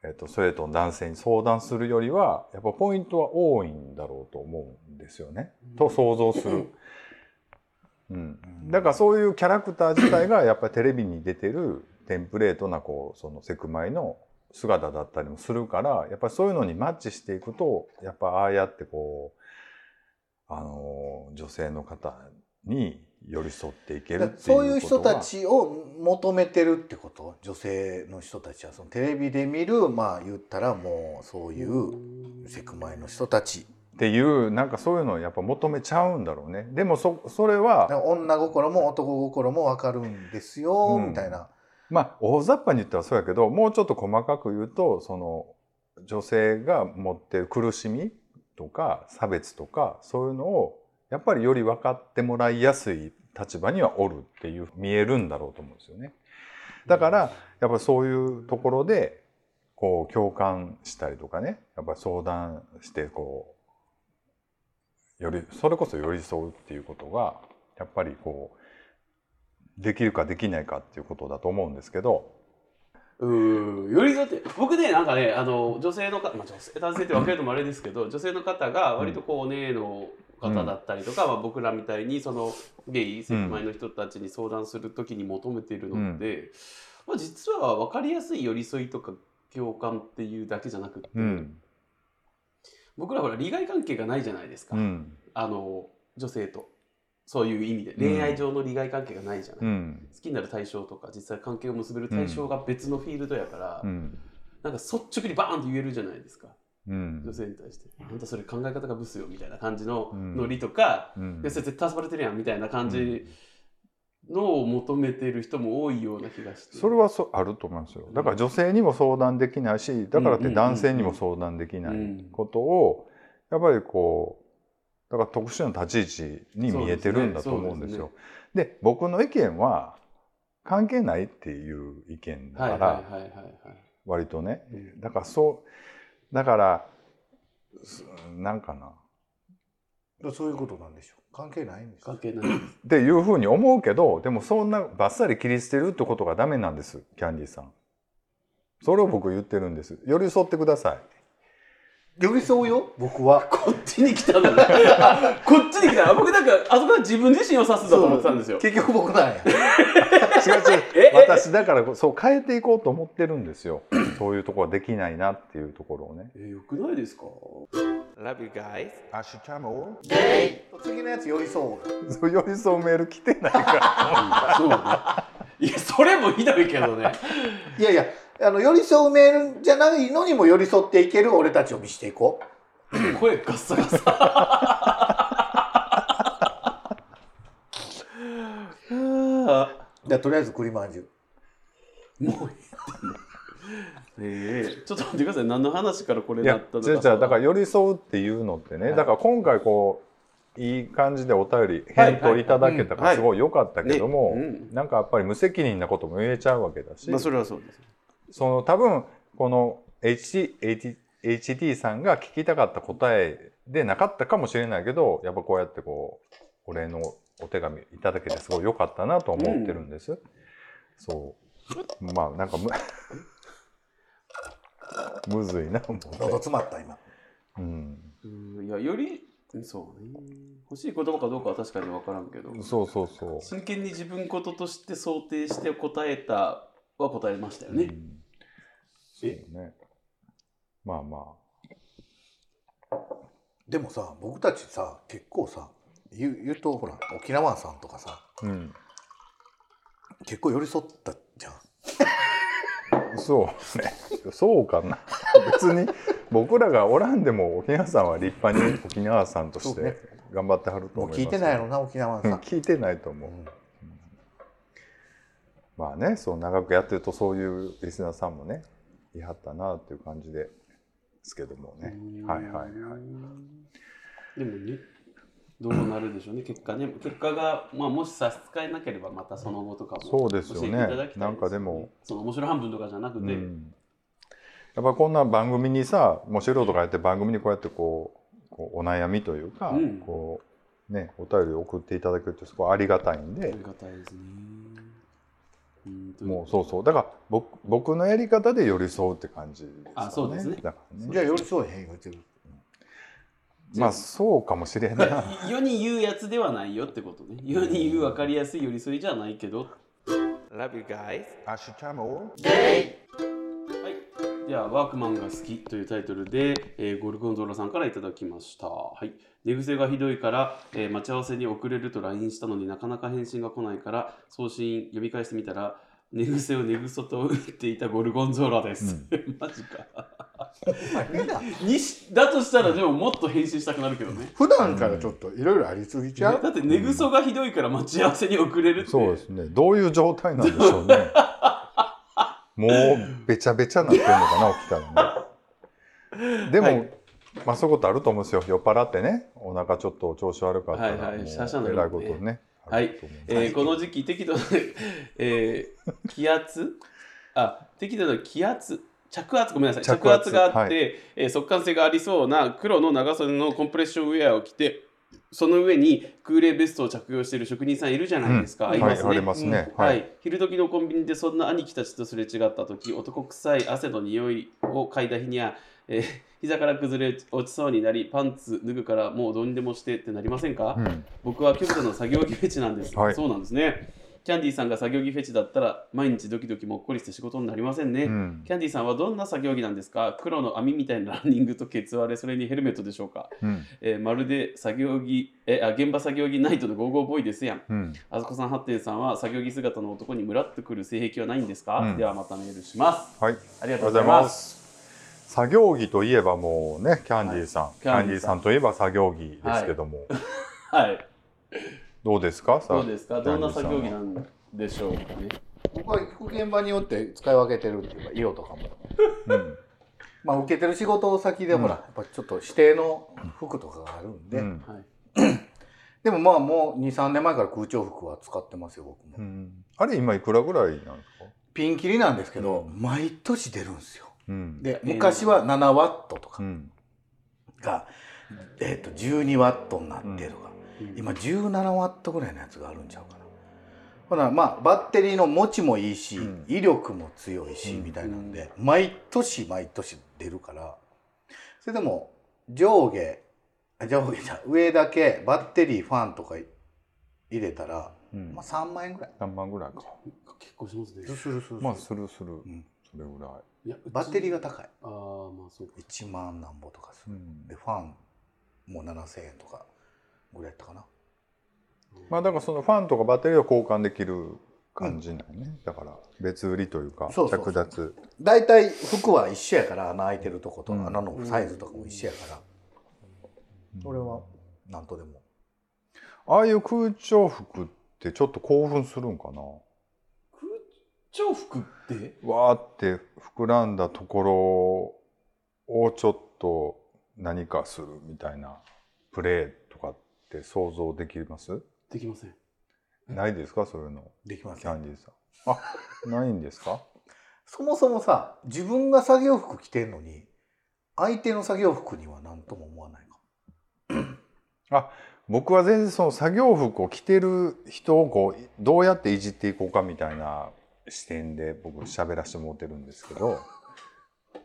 [SPEAKER 2] えっと、ストレートの男性に相談するよりはやっぱポイントは多いんだろうと思うんですよね、と想像する。うん、だからそういうキャラクター自体がやっぱりテレビに出てるテンプレートなこうそのセクマイの姿だったりもするからやっぱりそういうのにマッチしていくとやっぱああやってこう、あの女性の方に寄り添っていける
[SPEAKER 3] だ
[SPEAKER 2] っ
[SPEAKER 3] から
[SPEAKER 2] ていう
[SPEAKER 3] そういう
[SPEAKER 2] こと
[SPEAKER 3] 人
[SPEAKER 2] が
[SPEAKER 3] たちを求めてるってこと女性の人たちはそのテレビで見るまあ言ったらもうそういうセクマイの人たち
[SPEAKER 2] っていうなんかそういうのをやっぱ求めちゃうんだろうねでもそそれ
[SPEAKER 3] だから
[SPEAKER 2] は
[SPEAKER 3] 女心も男心も分かるんですよ、
[SPEAKER 2] うん
[SPEAKER 3] みたいな
[SPEAKER 2] まあ大雑把に言ったらそうやけどもうちょっと細かく言うとその女性が持ってる苦しみとか差別とかそういうのをやっぱりより分かってもらいやすい立場にはおるっていう見えるんだろうと思うんですよね。だからやっぱそういうところでこう共感したりとかねやっぱ相談してこうよりそれこそ寄り添うっていうことがやっぱりこうできるかできないかっていうことだと思うんですけど
[SPEAKER 1] うーん寄り添って僕ねなんかねあの女性の方、まあ、女性男性って分けるのもあれですけど女性の方が割とこうお姉の方だったりとか、まあ、僕らみたいにそのゲイセクマイの人たちに相談する時に求めているのって、まあ、実は分かりやすい寄り添いとか共感っていうだけじゃなくって、
[SPEAKER 2] うん
[SPEAKER 1] 僕らほら利害関係がないじゃないですか、
[SPEAKER 2] うん
[SPEAKER 1] あの女性とそういう意味で恋愛上の利害関係がないじゃない、
[SPEAKER 2] うん
[SPEAKER 1] 好きになる対象とか実際関係を結べる対象が別のフィールドやから。
[SPEAKER 2] うん
[SPEAKER 1] なんか率直にバーンって言えるじゃないですか
[SPEAKER 2] うん
[SPEAKER 1] 女性に対して「あんたそれ考え方がブスよ」みたいな感じの
[SPEAKER 2] うん
[SPEAKER 1] ノリとか
[SPEAKER 2] う
[SPEAKER 1] 「
[SPEAKER 2] ん
[SPEAKER 1] いやそれ絶対遊ばれてるやん」みたいな感じのを求めてる人も多いような気がして
[SPEAKER 2] それはそうあると思いますよだから女性にも相談できないしだからって男性にも相談できないことをやっぱりこうだから特殊な立ち位置に見えてるんだと思うんですよ。で僕の意見は関係ないっていう意見だ
[SPEAKER 1] はい
[SPEAKER 2] か
[SPEAKER 1] はい
[SPEAKER 2] ら、
[SPEAKER 1] はいはいはい
[SPEAKER 2] 割とね
[SPEAKER 1] うん
[SPEAKER 2] だからそうだからすなんかなっ
[SPEAKER 3] だからそういうことなんでしょう関係ないんですよ
[SPEAKER 1] 関係ないです
[SPEAKER 2] ていうふうに思うけどでもそんなバッサリ切り捨てるってことがダメなんですキャンディーさん。それを僕言ってるんです。寄り添ってください。
[SPEAKER 3] 寄り添うよ僕は
[SPEAKER 1] こっちに来たの ねあこっちに来たの僕なんかあそこは自分自身を指すんだと思ってたん ですよ
[SPEAKER 3] 結局僕なんや
[SPEAKER 2] 違 う違う私だからそう変えていこうと思ってるんですよそういうとこはできないなっていうところをね
[SPEAKER 1] えーよくないですか
[SPEAKER 5] Love you guys. Hasta more.
[SPEAKER 3] 次のやつ寄り添う
[SPEAKER 2] そう寄り添うメール来てないか
[SPEAKER 1] そうねいやそれもひどいけどね
[SPEAKER 3] いやいやあの寄り添うメールじゃないのにも寄り添っていける俺たちを見していこ
[SPEAKER 1] 声ガッサガサ
[SPEAKER 3] うじゃあとりあえず栗まんじゅう
[SPEAKER 1] もう ええちょっと待ってください何の話からこれ
[SPEAKER 2] らい
[SPEAKER 1] な
[SPEAKER 2] や
[SPEAKER 1] ったの
[SPEAKER 2] じゃあじゃあだから寄り添うっていうのってね、
[SPEAKER 1] はい
[SPEAKER 2] だから今回こういい感じでお便り
[SPEAKER 1] はい
[SPEAKER 2] 返答いただけたか
[SPEAKER 1] は
[SPEAKER 2] ら
[SPEAKER 1] い
[SPEAKER 2] すごい良かったけども、
[SPEAKER 1] ねうん
[SPEAKER 2] なんかやっぱり無責任なことも言えちゃうわけだし、
[SPEAKER 1] まあそれはそうです
[SPEAKER 2] その多分この HT, HT さんが聞きたかった答えでなかったかもしれないけどやっぱこうやってこうお礼のお手紙いただけてすごい良かったなと思ってるんです。そまあなんかむ むずいなも
[SPEAKER 3] 喉詰まった今
[SPEAKER 2] う、うん、
[SPEAKER 1] うんいやよりそうね欲しい言葉かどうかは確かに分からんけど
[SPEAKER 2] そうそうそう
[SPEAKER 1] 真剣に自分事として想定して答えたは答えましたよ
[SPEAKER 2] う
[SPEAKER 1] ね、
[SPEAKER 2] んそう
[SPEAKER 1] え
[SPEAKER 2] ねまあま
[SPEAKER 3] でもさ僕たちさ結構さ言う言うとほら沖縄さんとかさ
[SPEAKER 2] あうん
[SPEAKER 3] 結構寄り添ったじゃん
[SPEAKER 2] そうねそうかな別に僕らがおらんでも沖縄さんは立派に沖縄さんとし
[SPEAKER 3] そうね
[SPEAKER 2] て頑張ってはると
[SPEAKER 3] もう
[SPEAKER 2] 思います
[SPEAKER 3] 聞いてないやろな沖縄
[SPEAKER 2] う
[SPEAKER 3] さ
[SPEAKER 2] ん
[SPEAKER 3] ん、
[SPEAKER 2] 聞いてないと
[SPEAKER 3] う
[SPEAKER 2] 思うんまあねそう長くやってるとそういうリスナーさんもねいはったなっていう感じですけどもね
[SPEAKER 1] うん
[SPEAKER 2] はいはいはい
[SPEAKER 1] でもねどうなるでしょうね結果ね結果が、まあ、もし差し支えなければまたその後とかも
[SPEAKER 2] そうですよね
[SPEAKER 1] 教えていただきたいすよ
[SPEAKER 2] なんかでも
[SPEAKER 1] その面白半分とかじゃなくて、
[SPEAKER 2] うん、やっぱこんな番組にさもう素人がやって番組にこうやってこうこうお悩みというか、
[SPEAKER 1] うん
[SPEAKER 2] こうね、お便りを送っていただけるとすごいありがたいん
[SPEAKER 1] あ
[SPEAKER 2] で
[SPEAKER 1] りがたいですねうんと
[SPEAKER 2] もうそうそうだから僕僕のやり方で寄り添うって感じですよね
[SPEAKER 1] あそうですね
[SPEAKER 2] だからね
[SPEAKER 3] じゃあ寄り添えへん言うてる
[SPEAKER 2] まあそうかもしれん ない
[SPEAKER 1] 世に言うやつではないよってことね世に言う分かりやすい寄り添いじゃないけど
[SPEAKER 5] Love you guys. Ashutamor.
[SPEAKER 1] はい、では「ワークマンが好き」というタイトルで、えーゴルゴンゾーラさんからいただきました、はい、寝癖がひどいから、えー待ち合わせに遅れると LINE したのになかなか返信が来ないから送信読み返してみたら寝癖を寝ぐそと打っていたゴルゴンゾーラです、 マジかにしだとしたらでももっと返信したくなるけどね
[SPEAKER 3] 普段からちょっといろいろありすぎちゃう、
[SPEAKER 1] だって寝ぐそがひどいから待ち合わせに遅れるって
[SPEAKER 2] そうですねどういう状態なんでしょうねもうべちゃべちゃなってんのかな起きたらねでも、
[SPEAKER 1] はい
[SPEAKER 2] まあそういうことあると思うんですよ酔っ払ってねお腹ちょっと調子悪かったら、
[SPEAKER 1] はいはい
[SPEAKER 2] もう
[SPEAKER 1] しゃしゃな
[SPEAKER 2] え
[SPEAKER 1] る
[SPEAKER 2] らい
[SPEAKER 1] も
[SPEAKER 2] こ
[SPEAKER 1] んね
[SPEAKER 2] とね
[SPEAKER 1] はい
[SPEAKER 2] あると思うんで
[SPEAKER 1] えーこの 時期適度な、えー気圧あ適度な気圧着圧ごめんなさい着
[SPEAKER 2] 着
[SPEAKER 1] 圧
[SPEAKER 2] 圧
[SPEAKER 1] があって、
[SPEAKER 2] は
[SPEAKER 1] えー速乾性がありそうな黒の長袖のコンプレッションウェアを着てその上に空冷ベストを着用している職人さんいるじゃないですか、
[SPEAKER 2] うん
[SPEAKER 1] 合いますね、
[SPEAKER 2] はいありますね
[SPEAKER 1] うんは
[SPEAKER 2] はい
[SPEAKER 1] い、昼時のコンビニでそんな兄貴たちとすれ違った時男臭い汗の匂いを嗅いだ日には、えー膝から崩れ落ちそうになりパンツ脱ぐからもうどうにでもしてってなりませんか、
[SPEAKER 2] うん
[SPEAKER 1] 僕は極度の作業着フェチなんです、
[SPEAKER 2] はい
[SPEAKER 1] そうなんですねキャンディーさんが作業着フェチだったら毎日ドキドキもっこりして仕事になりませんね、
[SPEAKER 2] うん
[SPEAKER 1] キャンディーさんはどんな作業着なんですか黒の網みたいなランニングとケツ割れそれにヘルメットでしょうか、
[SPEAKER 2] うん
[SPEAKER 1] えーまるで作業着えあ現場作業着ナイトのゴーゴーボーイですやん
[SPEAKER 2] うん
[SPEAKER 1] あずこさんハッテンさんは作業着姿の男にムラっとくる性癖はないんですか、
[SPEAKER 2] うん
[SPEAKER 1] ではまたメールします
[SPEAKER 2] はい
[SPEAKER 1] ありがとうございます
[SPEAKER 2] す作業着といえばもうねキャンディーさん、
[SPEAKER 1] キ
[SPEAKER 2] キ
[SPEAKER 1] ャ
[SPEAKER 2] ャ
[SPEAKER 1] ン
[SPEAKER 2] ン
[SPEAKER 1] ディ
[SPEAKER 2] ディ
[SPEAKER 1] ー
[SPEAKER 2] ー
[SPEAKER 1] さ
[SPEAKER 2] さ
[SPEAKER 1] ん
[SPEAKER 2] んといえば作業着ですけども、
[SPEAKER 1] はい
[SPEAKER 2] どうですかさ
[SPEAKER 1] どうですかどんな作業着
[SPEAKER 2] キャンデ
[SPEAKER 1] な
[SPEAKER 2] ィーさんは
[SPEAKER 1] んでしょうかね
[SPEAKER 3] 僕は行く現場によって使い分けてるっていうか色とかも
[SPEAKER 2] うん
[SPEAKER 3] まあ受けてる仕事先でほら、やっぱちょっと指定の服とかがあるんで、
[SPEAKER 2] うん
[SPEAKER 1] はい
[SPEAKER 3] でもまあもう23年前から空調服は使ってますよ僕も、
[SPEAKER 2] うんあれ今いくらぐらいなんですか、
[SPEAKER 3] ピンキリなんですけど、毎年出るんですよ
[SPEAKER 2] うん
[SPEAKER 3] で
[SPEAKER 1] えー
[SPEAKER 3] 昔は7ワットと
[SPEAKER 2] う
[SPEAKER 3] か
[SPEAKER 2] ん
[SPEAKER 3] が、えっと12ワットになってるとか、
[SPEAKER 1] うん
[SPEAKER 3] 今17ワットぐらいのやつがあるんちゃうかなほなまあバッテリーの持ちもいいし、
[SPEAKER 2] うん
[SPEAKER 3] 威力も強いし、
[SPEAKER 2] うん
[SPEAKER 3] みたいなんで毎年毎年出るからそれでも上下あ上下じゃん上だけバッテリーファンとか入れたら、
[SPEAKER 2] うん
[SPEAKER 3] まあ、3万円ぐらい
[SPEAKER 2] 何万ぐらいか
[SPEAKER 1] 結構しますね
[SPEAKER 3] するする
[SPEAKER 2] まあするする、
[SPEAKER 3] ん
[SPEAKER 2] それぐらい、
[SPEAKER 1] いやうち
[SPEAKER 3] バッテリーが高い
[SPEAKER 1] ああまあそうか
[SPEAKER 3] 1万なんぼとかす
[SPEAKER 2] う
[SPEAKER 3] る
[SPEAKER 2] ん
[SPEAKER 3] でファンも7000円とかぐらいやったかな
[SPEAKER 2] まあだからそのファンとかバッテリーを交換できる感じなんやね、だから別売りというか
[SPEAKER 3] そうそうそ
[SPEAKER 2] 着
[SPEAKER 3] う
[SPEAKER 2] 脱
[SPEAKER 3] 大体服は一緒やから穴開いてるとこと
[SPEAKER 2] うん
[SPEAKER 3] 穴のサイズとかも一緒やから、それはなんとでも
[SPEAKER 2] ああいう空調服ってちょっと興奮するんかな
[SPEAKER 1] 空調服って
[SPEAKER 2] わーって膨らんだところをちょっと何かするみたいなプレーとかって想像できます
[SPEAKER 1] できません
[SPEAKER 2] ないですかそういうの
[SPEAKER 3] できま
[SPEAKER 2] キ
[SPEAKER 3] せ
[SPEAKER 2] ャ
[SPEAKER 3] ん
[SPEAKER 2] ンディーさんあないんですか
[SPEAKER 3] そもそもさ自分が作業服着てんのに相手の作業服には何とも思わないか
[SPEAKER 2] 僕は全然その作業服を着てる人をこうどうやっていじっていこうかみたいな視点で僕喋らせてもらってるんですけ ど、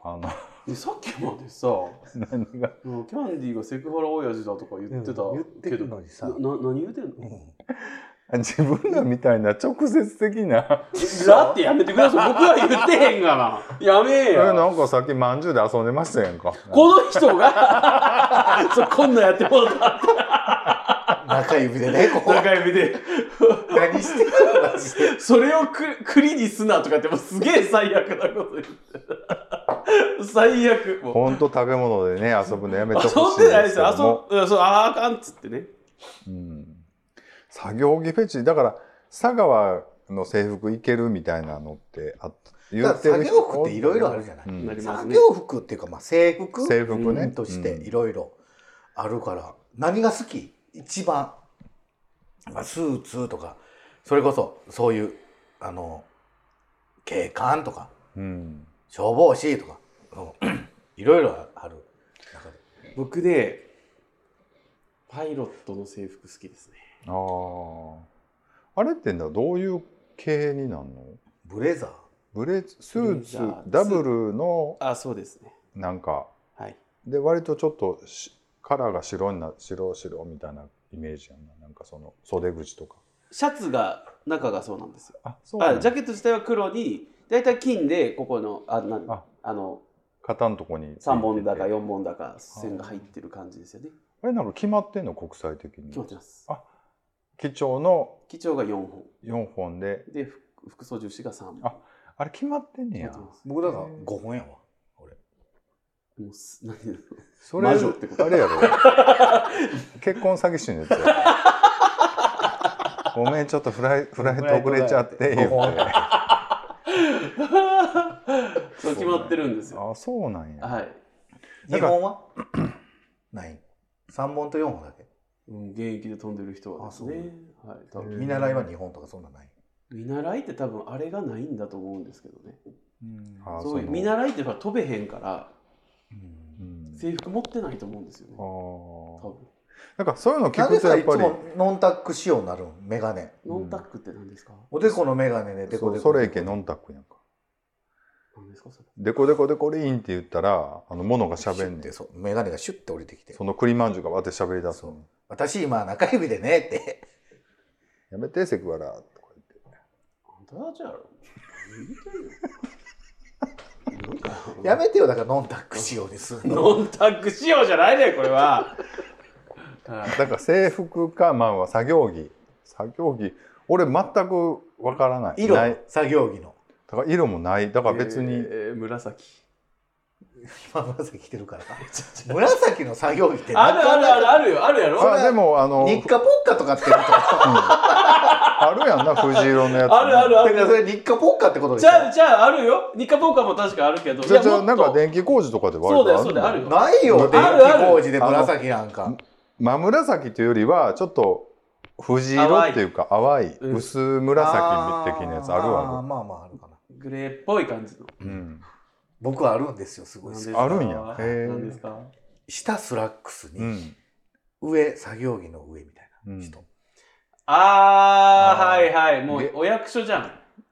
[SPEAKER 2] あの、
[SPEAKER 1] でさっきまでさ
[SPEAKER 2] 何が、
[SPEAKER 1] うんキャンディーがセクハラ親父だとか言ってたけど、
[SPEAKER 3] うん言ってるのにさ
[SPEAKER 1] なな何言うてんの
[SPEAKER 2] 自分らみたいな直接的な、
[SPEAKER 1] だってやめてください僕は言ってへんがなやめえ
[SPEAKER 2] えな
[SPEAKER 1] よ
[SPEAKER 2] んかさっきまんじゅうで遊んでましたやんか。
[SPEAKER 1] この人が そうこんなんやってもらった
[SPEAKER 3] 中指でね、ここ。
[SPEAKER 1] 中指で
[SPEAKER 3] 何してるんだ
[SPEAKER 1] それをくクリにすなとかってもうすげえ最悪なこと言って最悪もう
[SPEAKER 2] ほんと食べ物でね、遊ぶのやめてほしい
[SPEAKER 1] 遊んでないです
[SPEAKER 2] けども
[SPEAKER 1] よ遊んうんそうあーあかんっつってね
[SPEAKER 2] うん作業着フェチだから佐川の制服いけるみたいなのってあっ言
[SPEAKER 3] だから
[SPEAKER 2] ってる
[SPEAKER 3] 作
[SPEAKER 2] 人
[SPEAKER 3] 業服っていろいろあるじゃない。
[SPEAKER 2] うん
[SPEAKER 1] なります
[SPEAKER 3] 作
[SPEAKER 1] ね
[SPEAKER 3] 業服っていうか、まあ、制服
[SPEAKER 2] 制服ね
[SPEAKER 3] として
[SPEAKER 2] うん
[SPEAKER 3] いろいろあるから、何が好き一番、まあ、スーツとかそれこそそういうあの警官とか
[SPEAKER 2] うん
[SPEAKER 3] 消防士とかうん いろいろある中で
[SPEAKER 1] 僕でパイロットの制服好きですね
[SPEAKER 2] あーあれってのはどういう系になるの
[SPEAKER 3] ブレザー
[SPEAKER 2] ブレスーツ
[SPEAKER 1] ブレザー
[SPEAKER 2] ダブルの
[SPEAKER 1] あそうですね
[SPEAKER 2] なんか
[SPEAKER 1] はい
[SPEAKER 2] で割とちょっとしカラーが白にな白白みたいなイメージやんななんかその袖口とか
[SPEAKER 1] シャツが中がそうなんですよ
[SPEAKER 2] あそう
[SPEAKER 1] あ
[SPEAKER 2] なん
[SPEAKER 1] ジ
[SPEAKER 2] だ
[SPEAKER 1] ャケット自体は黒に大体金でここのあなん
[SPEAKER 2] あ
[SPEAKER 1] あの
[SPEAKER 2] 肩のとこに
[SPEAKER 1] 3本だか
[SPEAKER 2] よ
[SPEAKER 1] 4本だか線が入ってる感じですよね
[SPEAKER 2] あれなんか決まってんの国際的に
[SPEAKER 1] 決まってます
[SPEAKER 2] 基調の
[SPEAKER 1] 基調が4本
[SPEAKER 2] 4本で
[SPEAKER 1] でふ服装重視が3本
[SPEAKER 2] ああれ決まってんね
[SPEAKER 1] 決まって
[SPEAKER 2] や
[SPEAKER 1] ます
[SPEAKER 3] 僕だから5本やわ
[SPEAKER 1] もうす何
[SPEAKER 2] それ
[SPEAKER 1] 魔女ってこと
[SPEAKER 2] あれやろ結婚詐欺師のやつやろごめんちょっとフライフライト遅れちゃって言って
[SPEAKER 3] フライトが
[SPEAKER 2] あ
[SPEAKER 1] そう決まってるんですよ
[SPEAKER 2] そうなんや、
[SPEAKER 1] はい、
[SPEAKER 2] だ
[SPEAKER 3] 2
[SPEAKER 2] から
[SPEAKER 3] 本は ない3本と4本だけ
[SPEAKER 1] うん、現役で飛んでる人はですねはい多分
[SPEAKER 2] へー
[SPEAKER 3] 見習いは2本とかそんなない
[SPEAKER 1] 見習いって多分あれがないんだと思うんですけどね
[SPEAKER 2] あ
[SPEAKER 1] そういう
[SPEAKER 2] の
[SPEAKER 1] 見習いってほら飛べへんから
[SPEAKER 2] うん
[SPEAKER 1] 制服持ってないと思うんですよね
[SPEAKER 2] あ
[SPEAKER 1] 多
[SPEAKER 2] ー
[SPEAKER 1] 分
[SPEAKER 2] なんかそういうの聞
[SPEAKER 3] なんで
[SPEAKER 2] くとや
[SPEAKER 3] さ
[SPEAKER 2] っ
[SPEAKER 3] いつも
[SPEAKER 2] ぱり
[SPEAKER 3] ノンタック仕様になるんメガネ
[SPEAKER 1] ノンタックって何ですか、
[SPEAKER 3] おでこのメガネでデコ
[SPEAKER 2] そ
[SPEAKER 3] デ
[SPEAKER 2] う
[SPEAKER 3] コ
[SPEAKER 2] ソレイケノンタックやんか
[SPEAKER 1] 何ですかそれ
[SPEAKER 2] デコデコデコリーンって言ったらあのモノが喋んね
[SPEAKER 3] て
[SPEAKER 2] ん
[SPEAKER 3] そうメガネがシュッて降りてきて
[SPEAKER 2] その栗まんじゅうがわって喋り出すの
[SPEAKER 3] 私今中指でねって
[SPEAKER 2] やめてセクハラとか言って
[SPEAKER 1] あんたたちやろ何言うてんのなんか
[SPEAKER 3] やめてよだからノンタック仕様にするの
[SPEAKER 1] ノンタック仕様じゃないねこれははい
[SPEAKER 2] だから制服かまあ作業着作業着俺全くわからない
[SPEAKER 3] 色
[SPEAKER 2] ない
[SPEAKER 3] 作業着の
[SPEAKER 2] だから色もないだから別に、
[SPEAKER 1] えー紫
[SPEAKER 3] 今紫着てるから紫の作業着って
[SPEAKER 1] あ
[SPEAKER 3] な
[SPEAKER 1] るあ
[SPEAKER 3] か
[SPEAKER 1] るあ
[SPEAKER 3] な
[SPEAKER 1] る
[SPEAKER 3] か
[SPEAKER 1] あるよあるやろ
[SPEAKER 2] あでもあの
[SPEAKER 3] 日課ポッカとかって言うとだ
[SPEAKER 2] あるや んな藤色のやつ
[SPEAKER 1] あるあるあ
[SPEAKER 3] からそれ日課ポッカってことでし
[SPEAKER 1] じ
[SPEAKER 3] ょ
[SPEAKER 1] ゃあじゃああるよ日課ポーカーも確かあるけど
[SPEAKER 2] じゃあ
[SPEAKER 1] い
[SPEAKER 2] じ
[SPEAKER 1] や
[SPEAKER 2] ゃ
[SPEAKER 1] も
[SPEAKER 2] あ
[SPEAKER 1] っ
[SPEAKER 2] なん
[SPEAKER 1] と
[SPEAKER 2] か電気工事とかで割
[SPEAKER 1] そうだよ
[SPEAKER 2] と
[SPEAKER 1] そうだ
[SPEAKER 2] あ
[SPEAKER 1] よあ
[SPEAKER 2] る
[SPEAKER 1] るよ
[SPEAKER 3] ないよ電
[SPEAKER 1] あるあ
[SPEAKER 3] 気
[SPEAKER 1] る
[SPEAKER 3] 工事で紫なんか
[SPEAKER 2] 真紫というよりはちょっと藤色っていうか淡い
[SPEAKER 1] うん
[SPEAKER 2] 薄紫的なやつある
[SPEAKER 3] あー
[SPEAKER 2] わ、
[SPEAKER 3] まあまああるかな
[SPEAKER 1] グレーっぽい感じの
[SPEAKER 2] うん、
[SPEAKER 3] 僕はあるんですよすごい
[SPEAKER 1] なん
[SPEAKER 3] 好き
[SPEAKER 1] ですか
[SPEAKER 2] あるんやへー
[SPEAKER 1] なんですか
[SPEAKER 3] 下スラックス
[SPEAKER 2] う
[SPEAKER 3] に
[SPEAKER 2] ん
[SPEAKER 3] 上作業着の上みたい
[SPEAKER 2] うん
[SPEAKER 3] な人
[SPEAKER 1] あー
[SPEAKER 3] あ
[SPEAKER 1] は
[SPEAKER 3] ー
[SPEAKER 1] いはいもう
[SPEAKER 2] で
[SPEAKER 1] お役所じゃん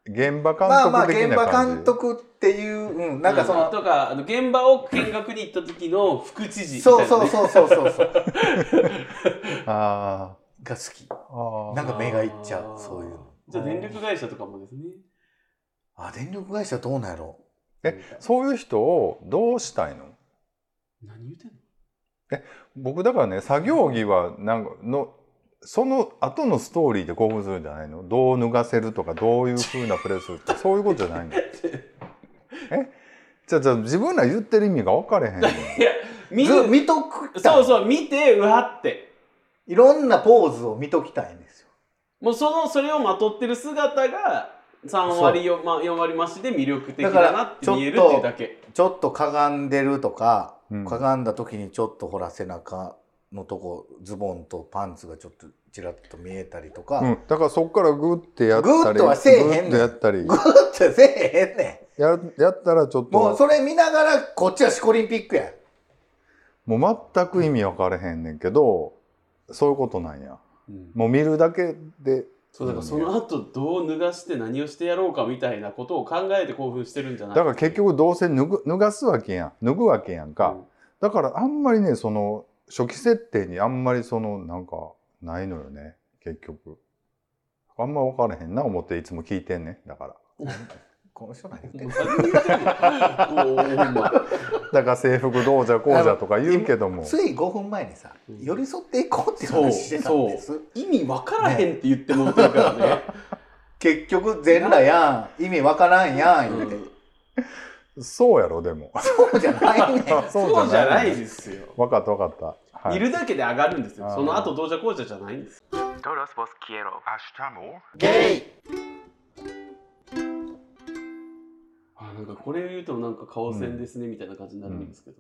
[SPEAKER 2] 現場監
[SPEAKER 3] まあまあ
[SPEAKER 2] 督的
[SPEAKER 3] 現
[SPEAKER 2] な
[SPEAKER 3] 場
[SPEAKER 2] 感
[SPEAKER 3] 監
[SPEAKER 2] じ、
[SPEAKER 3] 督っていう、うん、なんかそ
[SPEAKER 1] うん
[SPEAKER 3] の、
[SPEAKER 1] とかあの現場を見学に行った時の副知事みたいな
[SPEAKER 3] そう
[SPEAKER 1] ね
[SPEAKER 3] そうそうそうそうそう
[SPEAKER 2] あ
[SPEAKER 3] が好き
[SPEAKER 2] ーあー
[SPEAKER 3] なんか目がいっちゃ
[SPEAKER 1] あー
[SPEAKER 3] うそういうの
[SPEAKER 1] じゃあ電力会社とかもですね
[SPEAKER 3] あ電力会社どうなんやろ
[SPEAKER 2] えそういう人をどうしたいの
[SPEAKER 1] 何言うてんの
[SPEAKER 2] 僕だからね作業着はなんかのその後のストーリーで興奮するんじゃないのどう脱がせるとかどういうふうなプレスする とかそういうことじゃないのえじゃあじゃあ自分ら言ってる意味が分かれへんの
[SPEAKER 1] 見
[SPEAKER 3] ず
[SPEAKER 1] る
[SPEAKER 3] 見とくた
[SPEAKER 1] そう
[SPEAKER 3] う
[SPEAKER 1] そう見てうわって
[SPEAKER 3] いろんなポーズを見ときたいんですよ
[SPEAKER 1] もうそのそれをまとってる姿が3割4割4割増しで魅力的だなって見えるっていうだけ
[SPEAKER 3] ちょっとかがんでるとか、
[SPEAKER 2] うん
[SPEAKER 3] かがんだ時にちょっとほら背中のとこズボンとパンツがちょっとちらっと見えたりとか、
[SPEAKER 2] うん、だからそっからグッてやったり
[SPEAKER 3] グッとはせえへんねん
[SPEAKER 2] グッとやったり
[SPEAKER 3] グッてせえへんね
[SPEAKER 2] ややったらちょっ
[SPEAKER 3] んもう
[SPEAKER 2] と
[SPEAKER 3] それ見ながらこっちはシコリンピックや
[SPEAKER 2] もう全く意味分かれへんねんけどそういうことなんや
[SPEAKER 1] うん
[SPEAKER 2] もう見るだけで
[SPEAKER 1] そうだからその後どう脱がして何をしてやろうかみたいなことを考えて興奮してるんじゃない
[SPEAKER 2] だから結局どうせ脱ぐ脱がすわけやん脱ぐわけやんか、
[SPEAKER 1] うん
[SPEAKER 2] だからあんまりねその初期設定にあんまりそのなんかないのよね結局あんま分からへんな思っていつも聞いてんねだから
[SPEAKER 3] この人何言ってんの
[SPEAKER 1] 何言ってんのおーほんま
[SPEAKER 2] だから制服どうじゃこうじゃとか言うけども
[SPEAKER 3] つい5分前にさ
[SPEAKER 1] うん
[SPEAKER 3] 寄り添っていこうっていう話してたんです
[SPEAKER 1] 意味わからへんって言ってもうてるからね
[SPEAKER 3] 結局全裸やん意味わからんやん言って
[SPEAKER 2] そうやろでも
[SPEAKER 3] そうじゃな いねん
[SPEAKER 1] そうじゃない
[SPEAKER 2] 分
[SPEAKER 1] ですよ、、
[SPEAKER 2] かった分かった、はい
[SPEAKER 1] るだけで上がるんですよ
[SPEAKER 2] あー
[SPEAKER 1] その後どうじゃこうじゃじゃないんです
[SPEAKER 5] Todos vos quiero. Hasta more.
[SPEAKER 3] ゲイ
[SPEAKER 1] あなんかこれを言うとなんか顔線ですねみたいな感じになるんですけど、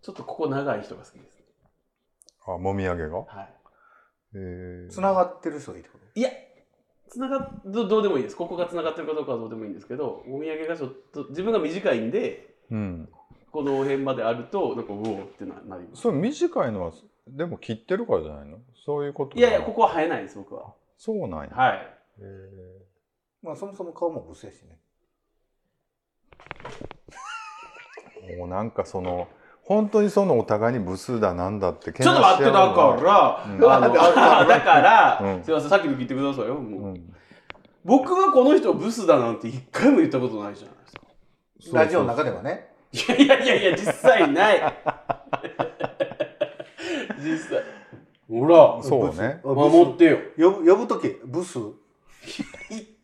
[SPEAKER 1] ちょっとここ長い人が好きですね
[SPEAKER 2] あもみあげが
[SPEAKER 1] はい
[SPEAKER 2] えー
[SPEAKER 3] つながってる人がいいってこと
[SPEAKER 1] いやつながっどどうでもいいですここがつながってるかどうかはどうでもいいんですけどお土産がちょっと自分が短いんで
[SPEAKER 2] うん
[SPEAKER 1] この辺まであるとなんかうおーってななります
[SPEAKER 2] それ短いのはでも切ってるからじゃないのそういうこと
[SPEAKER 1] い
[SPEAKER 2] じゃ
[SPEAKER 1] やい
[SPEAKER 2] な
[SPEAKER 1] やここは生えないです僕は
[SPEAKER 2] そうなんや、
[SPEAKER 1] はい
[SPEAKER 2] えー
[SPEAKER 3] まあそもそも顔も無せやしね
[SPEAKER 2] もうなんかその本当にそのお互いにブスだなんだって
[SPEAKER 1] ちょっと待ってだから、
[SPEAKER 2] うん
[SPEAKER 1] あの だから、
[SPEAKER 2] うん
[SPEAKER 1] すいませんさっきの聞いてくださいよ、もう
[SPEAKER 2] うん
[SPEAKER 1] 僕はこの人をブスだなんて一回も言ったことないじゃないですか
[SPEAKER 2] そう
[SPEAKER 3] ラジオの中ではね
[SPEAKER 1] いやいやいやいや実際ない 実際ほら
[SPEAKER 2] そうね
[SPEAKER 3] ブス
[SPEAKER 1] 守ってよ
[SPEAKER 3] 呼ぶ呼ぶ時ブス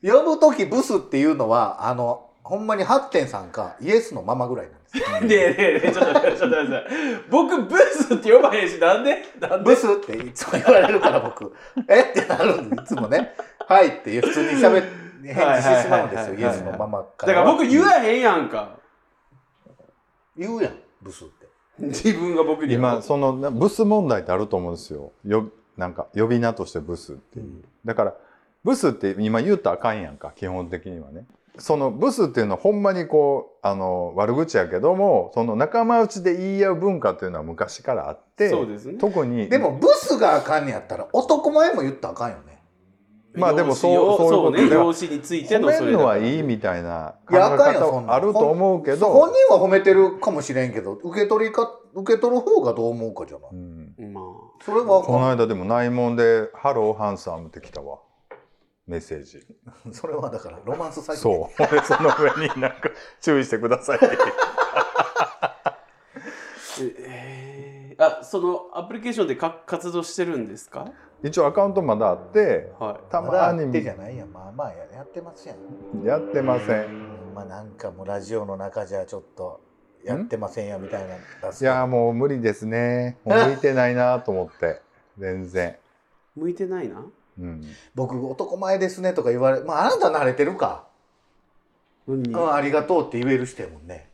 [SPEAKER 3] 呼ぶ時ブスっていうのはあのほんまに8.3かイエスのままぐらいなんですよ
[SPEAKER 1] ねえねえねえちょっと待ってちょっと待って僕ブスって呼ばへんしなんでなんで
[SPEAKER 3] ブスっていつも言われるから僕 えってなるんでいつもねはいって普通に喋って返事してしまう
[SPEAKER 1] はいは
[SPEAKER 3] んですよ
[SPEAKER 1] いはいはい
[SPEAKER 3] イエスのままか
[SPEAKER 1] だ
[SPEAKER 3] ら
[SPEAKER 1] から僕言わへんやんか
[SPEAKER 3] 言うやんブスって
[SPEAKER 1] 自分が僕に
[SPEAKER 2] 今そのなブス問題ってあると思うんですよよなんか呼び名としてブスっていう、だからブスって今言うとあかんやんか基本的にはねそのブスっていうのはほんまにこうあの悪口やけどもその仲間内で言い合う文化っていうのは昔からあって
[SPEAKER 1] そうですね
[SPEAKER 2] 特に
[SPEAKER 3] でもブスがあかんねやったら男前も言ったらあかんよね
[SPEAKER 2] まあでもそう
[SPEAKER 1] 容姿を
[SPEAKER 2] そういうこと
[SPEAKER 1] ね
[SPEAKER 2] だから
[SPEAKER 1] 容姿について
[SPEAKER 2] 褒
[SPEAKER 1] の
[SPEAKER 2] め
[SPEAKER 1] それ
[SPEAKER 2] る
[SPEAKER 1] だ
[SPEAKER 2] の
[SPEAKER 1] か
[SPEAKER 2] は
[SPEAKER 1] ら
[SPEAKER 2] いいみたいな考
[SPEAKER 3] い
[SPEAKER 2] え
[SPEAKER 3] やあかんよそん
[SPEAKER 2] 方
[SPEAKER 3] なん
[SPEAKER 2] あると思うけど
[SPEAKER 3] 本人は褒めてるかもしれんけど受け取りか受け取る方がどう思うかじゃない
[SPEAKER 2] うん
[SPEAKER 1] ま
[SPEAKER 3] それはあかん
[SPEAKER 2] この間でも内門で「ハローハンサム」って来たわメッセージ
[SPEAKER 3] それはだからロマンス詐欺
[SPEAKER 2] そう でその上になんか注意してくださいって
[SPEAKER 1] あえーあそのアプリケーションでか活動してるんですか
[SPEAKER 2] 一応アカウントまだあって
[SPEAKER 1] は
[SPEAKER 2] た
[SPEAKER 3] まだ
[SPEAKER 2] ま
[SPEAKER 3] やって
[SPEAKER 2] に
[SPEAKER 3] じゃないやんまあまあややってますやん
[SPEAKER 2] やってません
[SPEAKER 3] まあなんかもうラジオの中じゃちょっとやってませんやみたいなの出す
[SPEAKER 2] いやーもう無理ですねもう向いてないなと思って全然
[SPEAKER 1] い向いてないな
[SPEAKER 2] うん
[SPEAKER 3] 僕男前ですねとか言われまああなた慣れてるか、
[SPEAKER 1] 何に
[SPEAKER 3] うん、ありがとうって言える人やもんね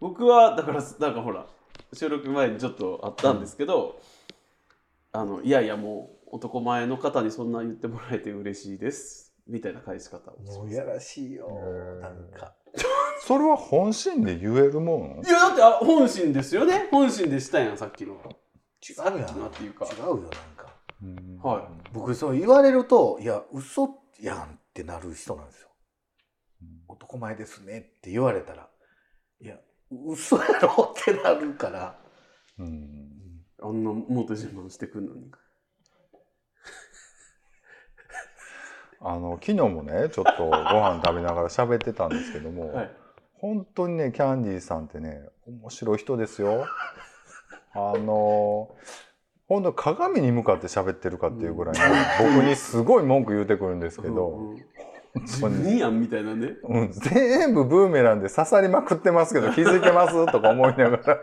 [SPEAKER 1] 僕はだからなんかほら収録前にちょっとあったんですけど、あのいやいやもう男前の方にそんな言ってもらえて嬉しいですみたいな返し方をしま
[SPEAKER 3] も
[SPEAKER 1] す
[SPEAKER 3] うい
[SPEAKER 1] いや
[SPEAKER 3] やらしいよなんか
[SPEAKER 2] それは本心で言えるも
[SPEAKER 1] だ
[SPEAKER 2] ん
[SPEAKER 1] ってあ本心ですよね本心でしたやんさっきの
[SPEAKER 3] 違うやん
[SPEAKER 1] さっきのっていうか
[SPEAKER 3] 違うよなんか
[SPEAKER 2] うん
[SPEAKER 1] は
[SPEAKER 3] 僕そう言われるといや嘘やんってなる人なんですよ男前ですねって言われたらいや嘘やろ ってなるから
[SPEAKER 2] うん
[SPEAKER 1] あんなもっと自慢してくんのに
[SPEAKER 2] あの昨日もねちょっとご飯食べながら喋ってたんですけども、
[SPEAKER 1] はい
[SPEAKER 2] 本当にねキャンディーさんってね面白い人で すよ。あの本当鏡に向かって喋ってるかっていうぐらい、ね僕にすごい文句言うてくるんですけ
[SPEAKER 1] う
[SPEAKER 2] ど、
[SPEAKER 1] んうん自分やんみたいな ね
[SPEAKER 2] うん、全部ブーメランで刺さりまくってますけ ど気づいてますとか思いながら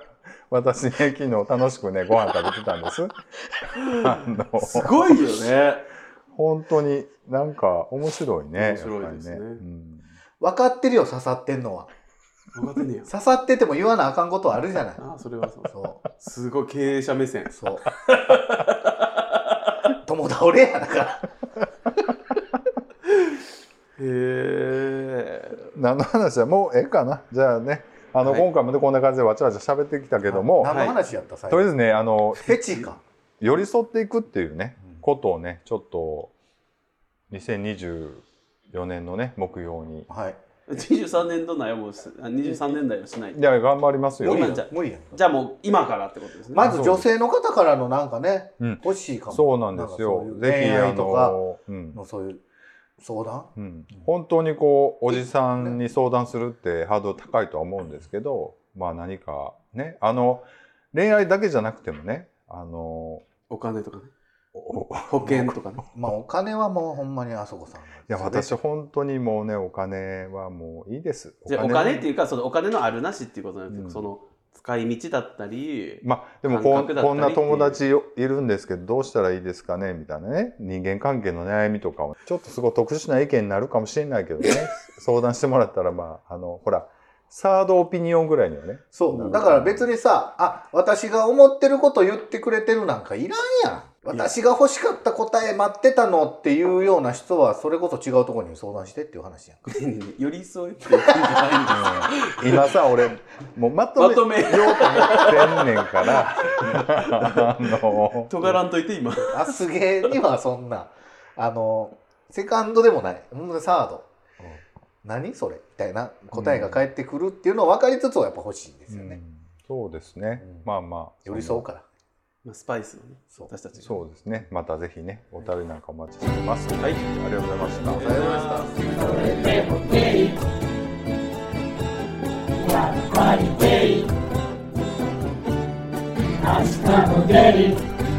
[SPEAKER 2] 私ね昨日楽しくねご飯食べてた んです。あの
[SPEAKER 1] すごいよね
[SPEAKER 2] 本当になんか面白いね
[SPEAKER 1] 面白いですね
[SPEAKER 2] やっぱりうん
[SPEAKER 3] 分かってるよ刺さってんのは
[SPEAKER 1] 分かってんねや
[SPEAKER 3] 刺さってても言わなあかんことはあるじゃない
[SPEAKER 1] あそれはそう
[SPEAKER 3] そ
[SPEAKER 1] すごい経営者目線
[SPEAKER 3] うそう 友倒れやだから
[SPEAKER 1] へえ
[SPEAKER 2] 何の話だもうええかなじゃあねあの、
[SPEAKER 1] はい
[SPEAKER 2] 今回もねこんな感じでわちゃわちゃ喋ってきたけども、
[SPEAKER 3] 何の話やった最
[SPEAKER 2] とりあえ
[SPEAKER 3] 後
[SPEAKER 2] ずねあの
[SPEAKER 3] フェチか
[SPEAKER 2] 寄り添っていくっていうね
[SPEAKER 3] うん
[SPEAKER 2] ことをねちょっと2024年のね目標に
[SPEAKER 3] はい。
[SPEAKER 1] 23年度内はもうすあ23年代はしない
[SPEAKER 2] いや頑張りますよ
[SPEAKER 3] 無理
[SPEAKER 1] じ
[SPEAKER 3] や
[SPEAKER 1] ゃ
[SPEAKER 3] 無理や
[SPEAKER 1] じゃあもう今からってことですね
[SPEAKER 3] まず女性の方からのなんかね、
[SPEAKER 2] うん
[SPEAKER 3] 欲しいかも。
[SPEAKER 2] そうなんですよ
[SPEAKER 3] なんかそういう
[SPEAKER 2] ぜひ
[SPEAKER 3] 恋
[SPEAKER 2] あ
[SPEAKER 3] 愛とか
[SPEAKER 2] の、うん
[SPEAKER 3] のそういう相談
[SPEAKER 2] うん、本当にこうおじさんに相談するってハードル高いとは思うんですけどまあ何かねあの恋愛だけじゃなくてもねあの
[SPEAKER 1] お金とかね
[SPEAKER 2] お
[SPEAKER 1] 保険とかね
[SPEAKER 3] まあお金はもうほんまにあそこさんな
[SPEAKER 2] い
[SPEAKER 3] ん
[SPEAKER 2] や
[SPEAKER 3] です
[SPEAKER 2] 私本当にもうねお金はもういいです
[SPEAKER 1] じゃあお金って
[SPEAKER 2] いう
[SPEAKER 1] いうかそのお金のあるなしっていうことなんですけど、
[SPEAKER 2] うん
[SPEAKER 1] その使い道だったり
[SPEAKER 2] まあでもこ
[SPEAKER 1] 感
[SPEAKER 2] ん
[SPEAKER 1] 覚だったり
[SPEAKER 2] こんな友達いるんですけどどうしたらいいですかねみたいなね人間関係の悩みとかをちょっとすごい特殊な意見になるかもしれないけどね相談してもらったらまああのほらサードオピニオンぐらいにはね
[SPEAKER 3] そう。だから別にさ、あ、私が思ってること言ってくれてるなんかいらんやん。私が欲しかった答え待ってたのっていうような人は、それこそ違うところに相談してっていう話やんか。
[SPEAKER 1] ねえねえねえ寄り添えって言ってんじゃ
[SPEAKER 2] 今さ俺もうまと
[SPEAKER 1] ないん
[SPEAKER 2] め
[SPEAKER 1] ですかまとめ
[SPEAKER 2] ようと思ってんねんから あの
[SPEAKER 1] 尖 らんといて今
[SPEAKER 3] あすげえにはそんな、 あの、セカンドでもない。ほんでサード。何それみたいな答えが返ってくるっていうのを分かりつつはやっぱ欲しいんですよね。
[SPEAKER 2] そうですね、
[SPEAKER 3] うん
[SPEAKER 2] まあまあ
[SPEAKER 3] 寄り添うから。
[SPEAKER 1] まあスパイスのね
[SPEAKER 3] そう。
[SPEAKER 1] 私たちが
[SPEAKER 2] そうですねまたぜひねお便りなんかお待ちしてます
[SPEAKER 1] はい
[SPEAKER 2] ありがとうございました
[SPEAKER 3] ありがとうございました。
[SPEAKER 6] Hasta poder,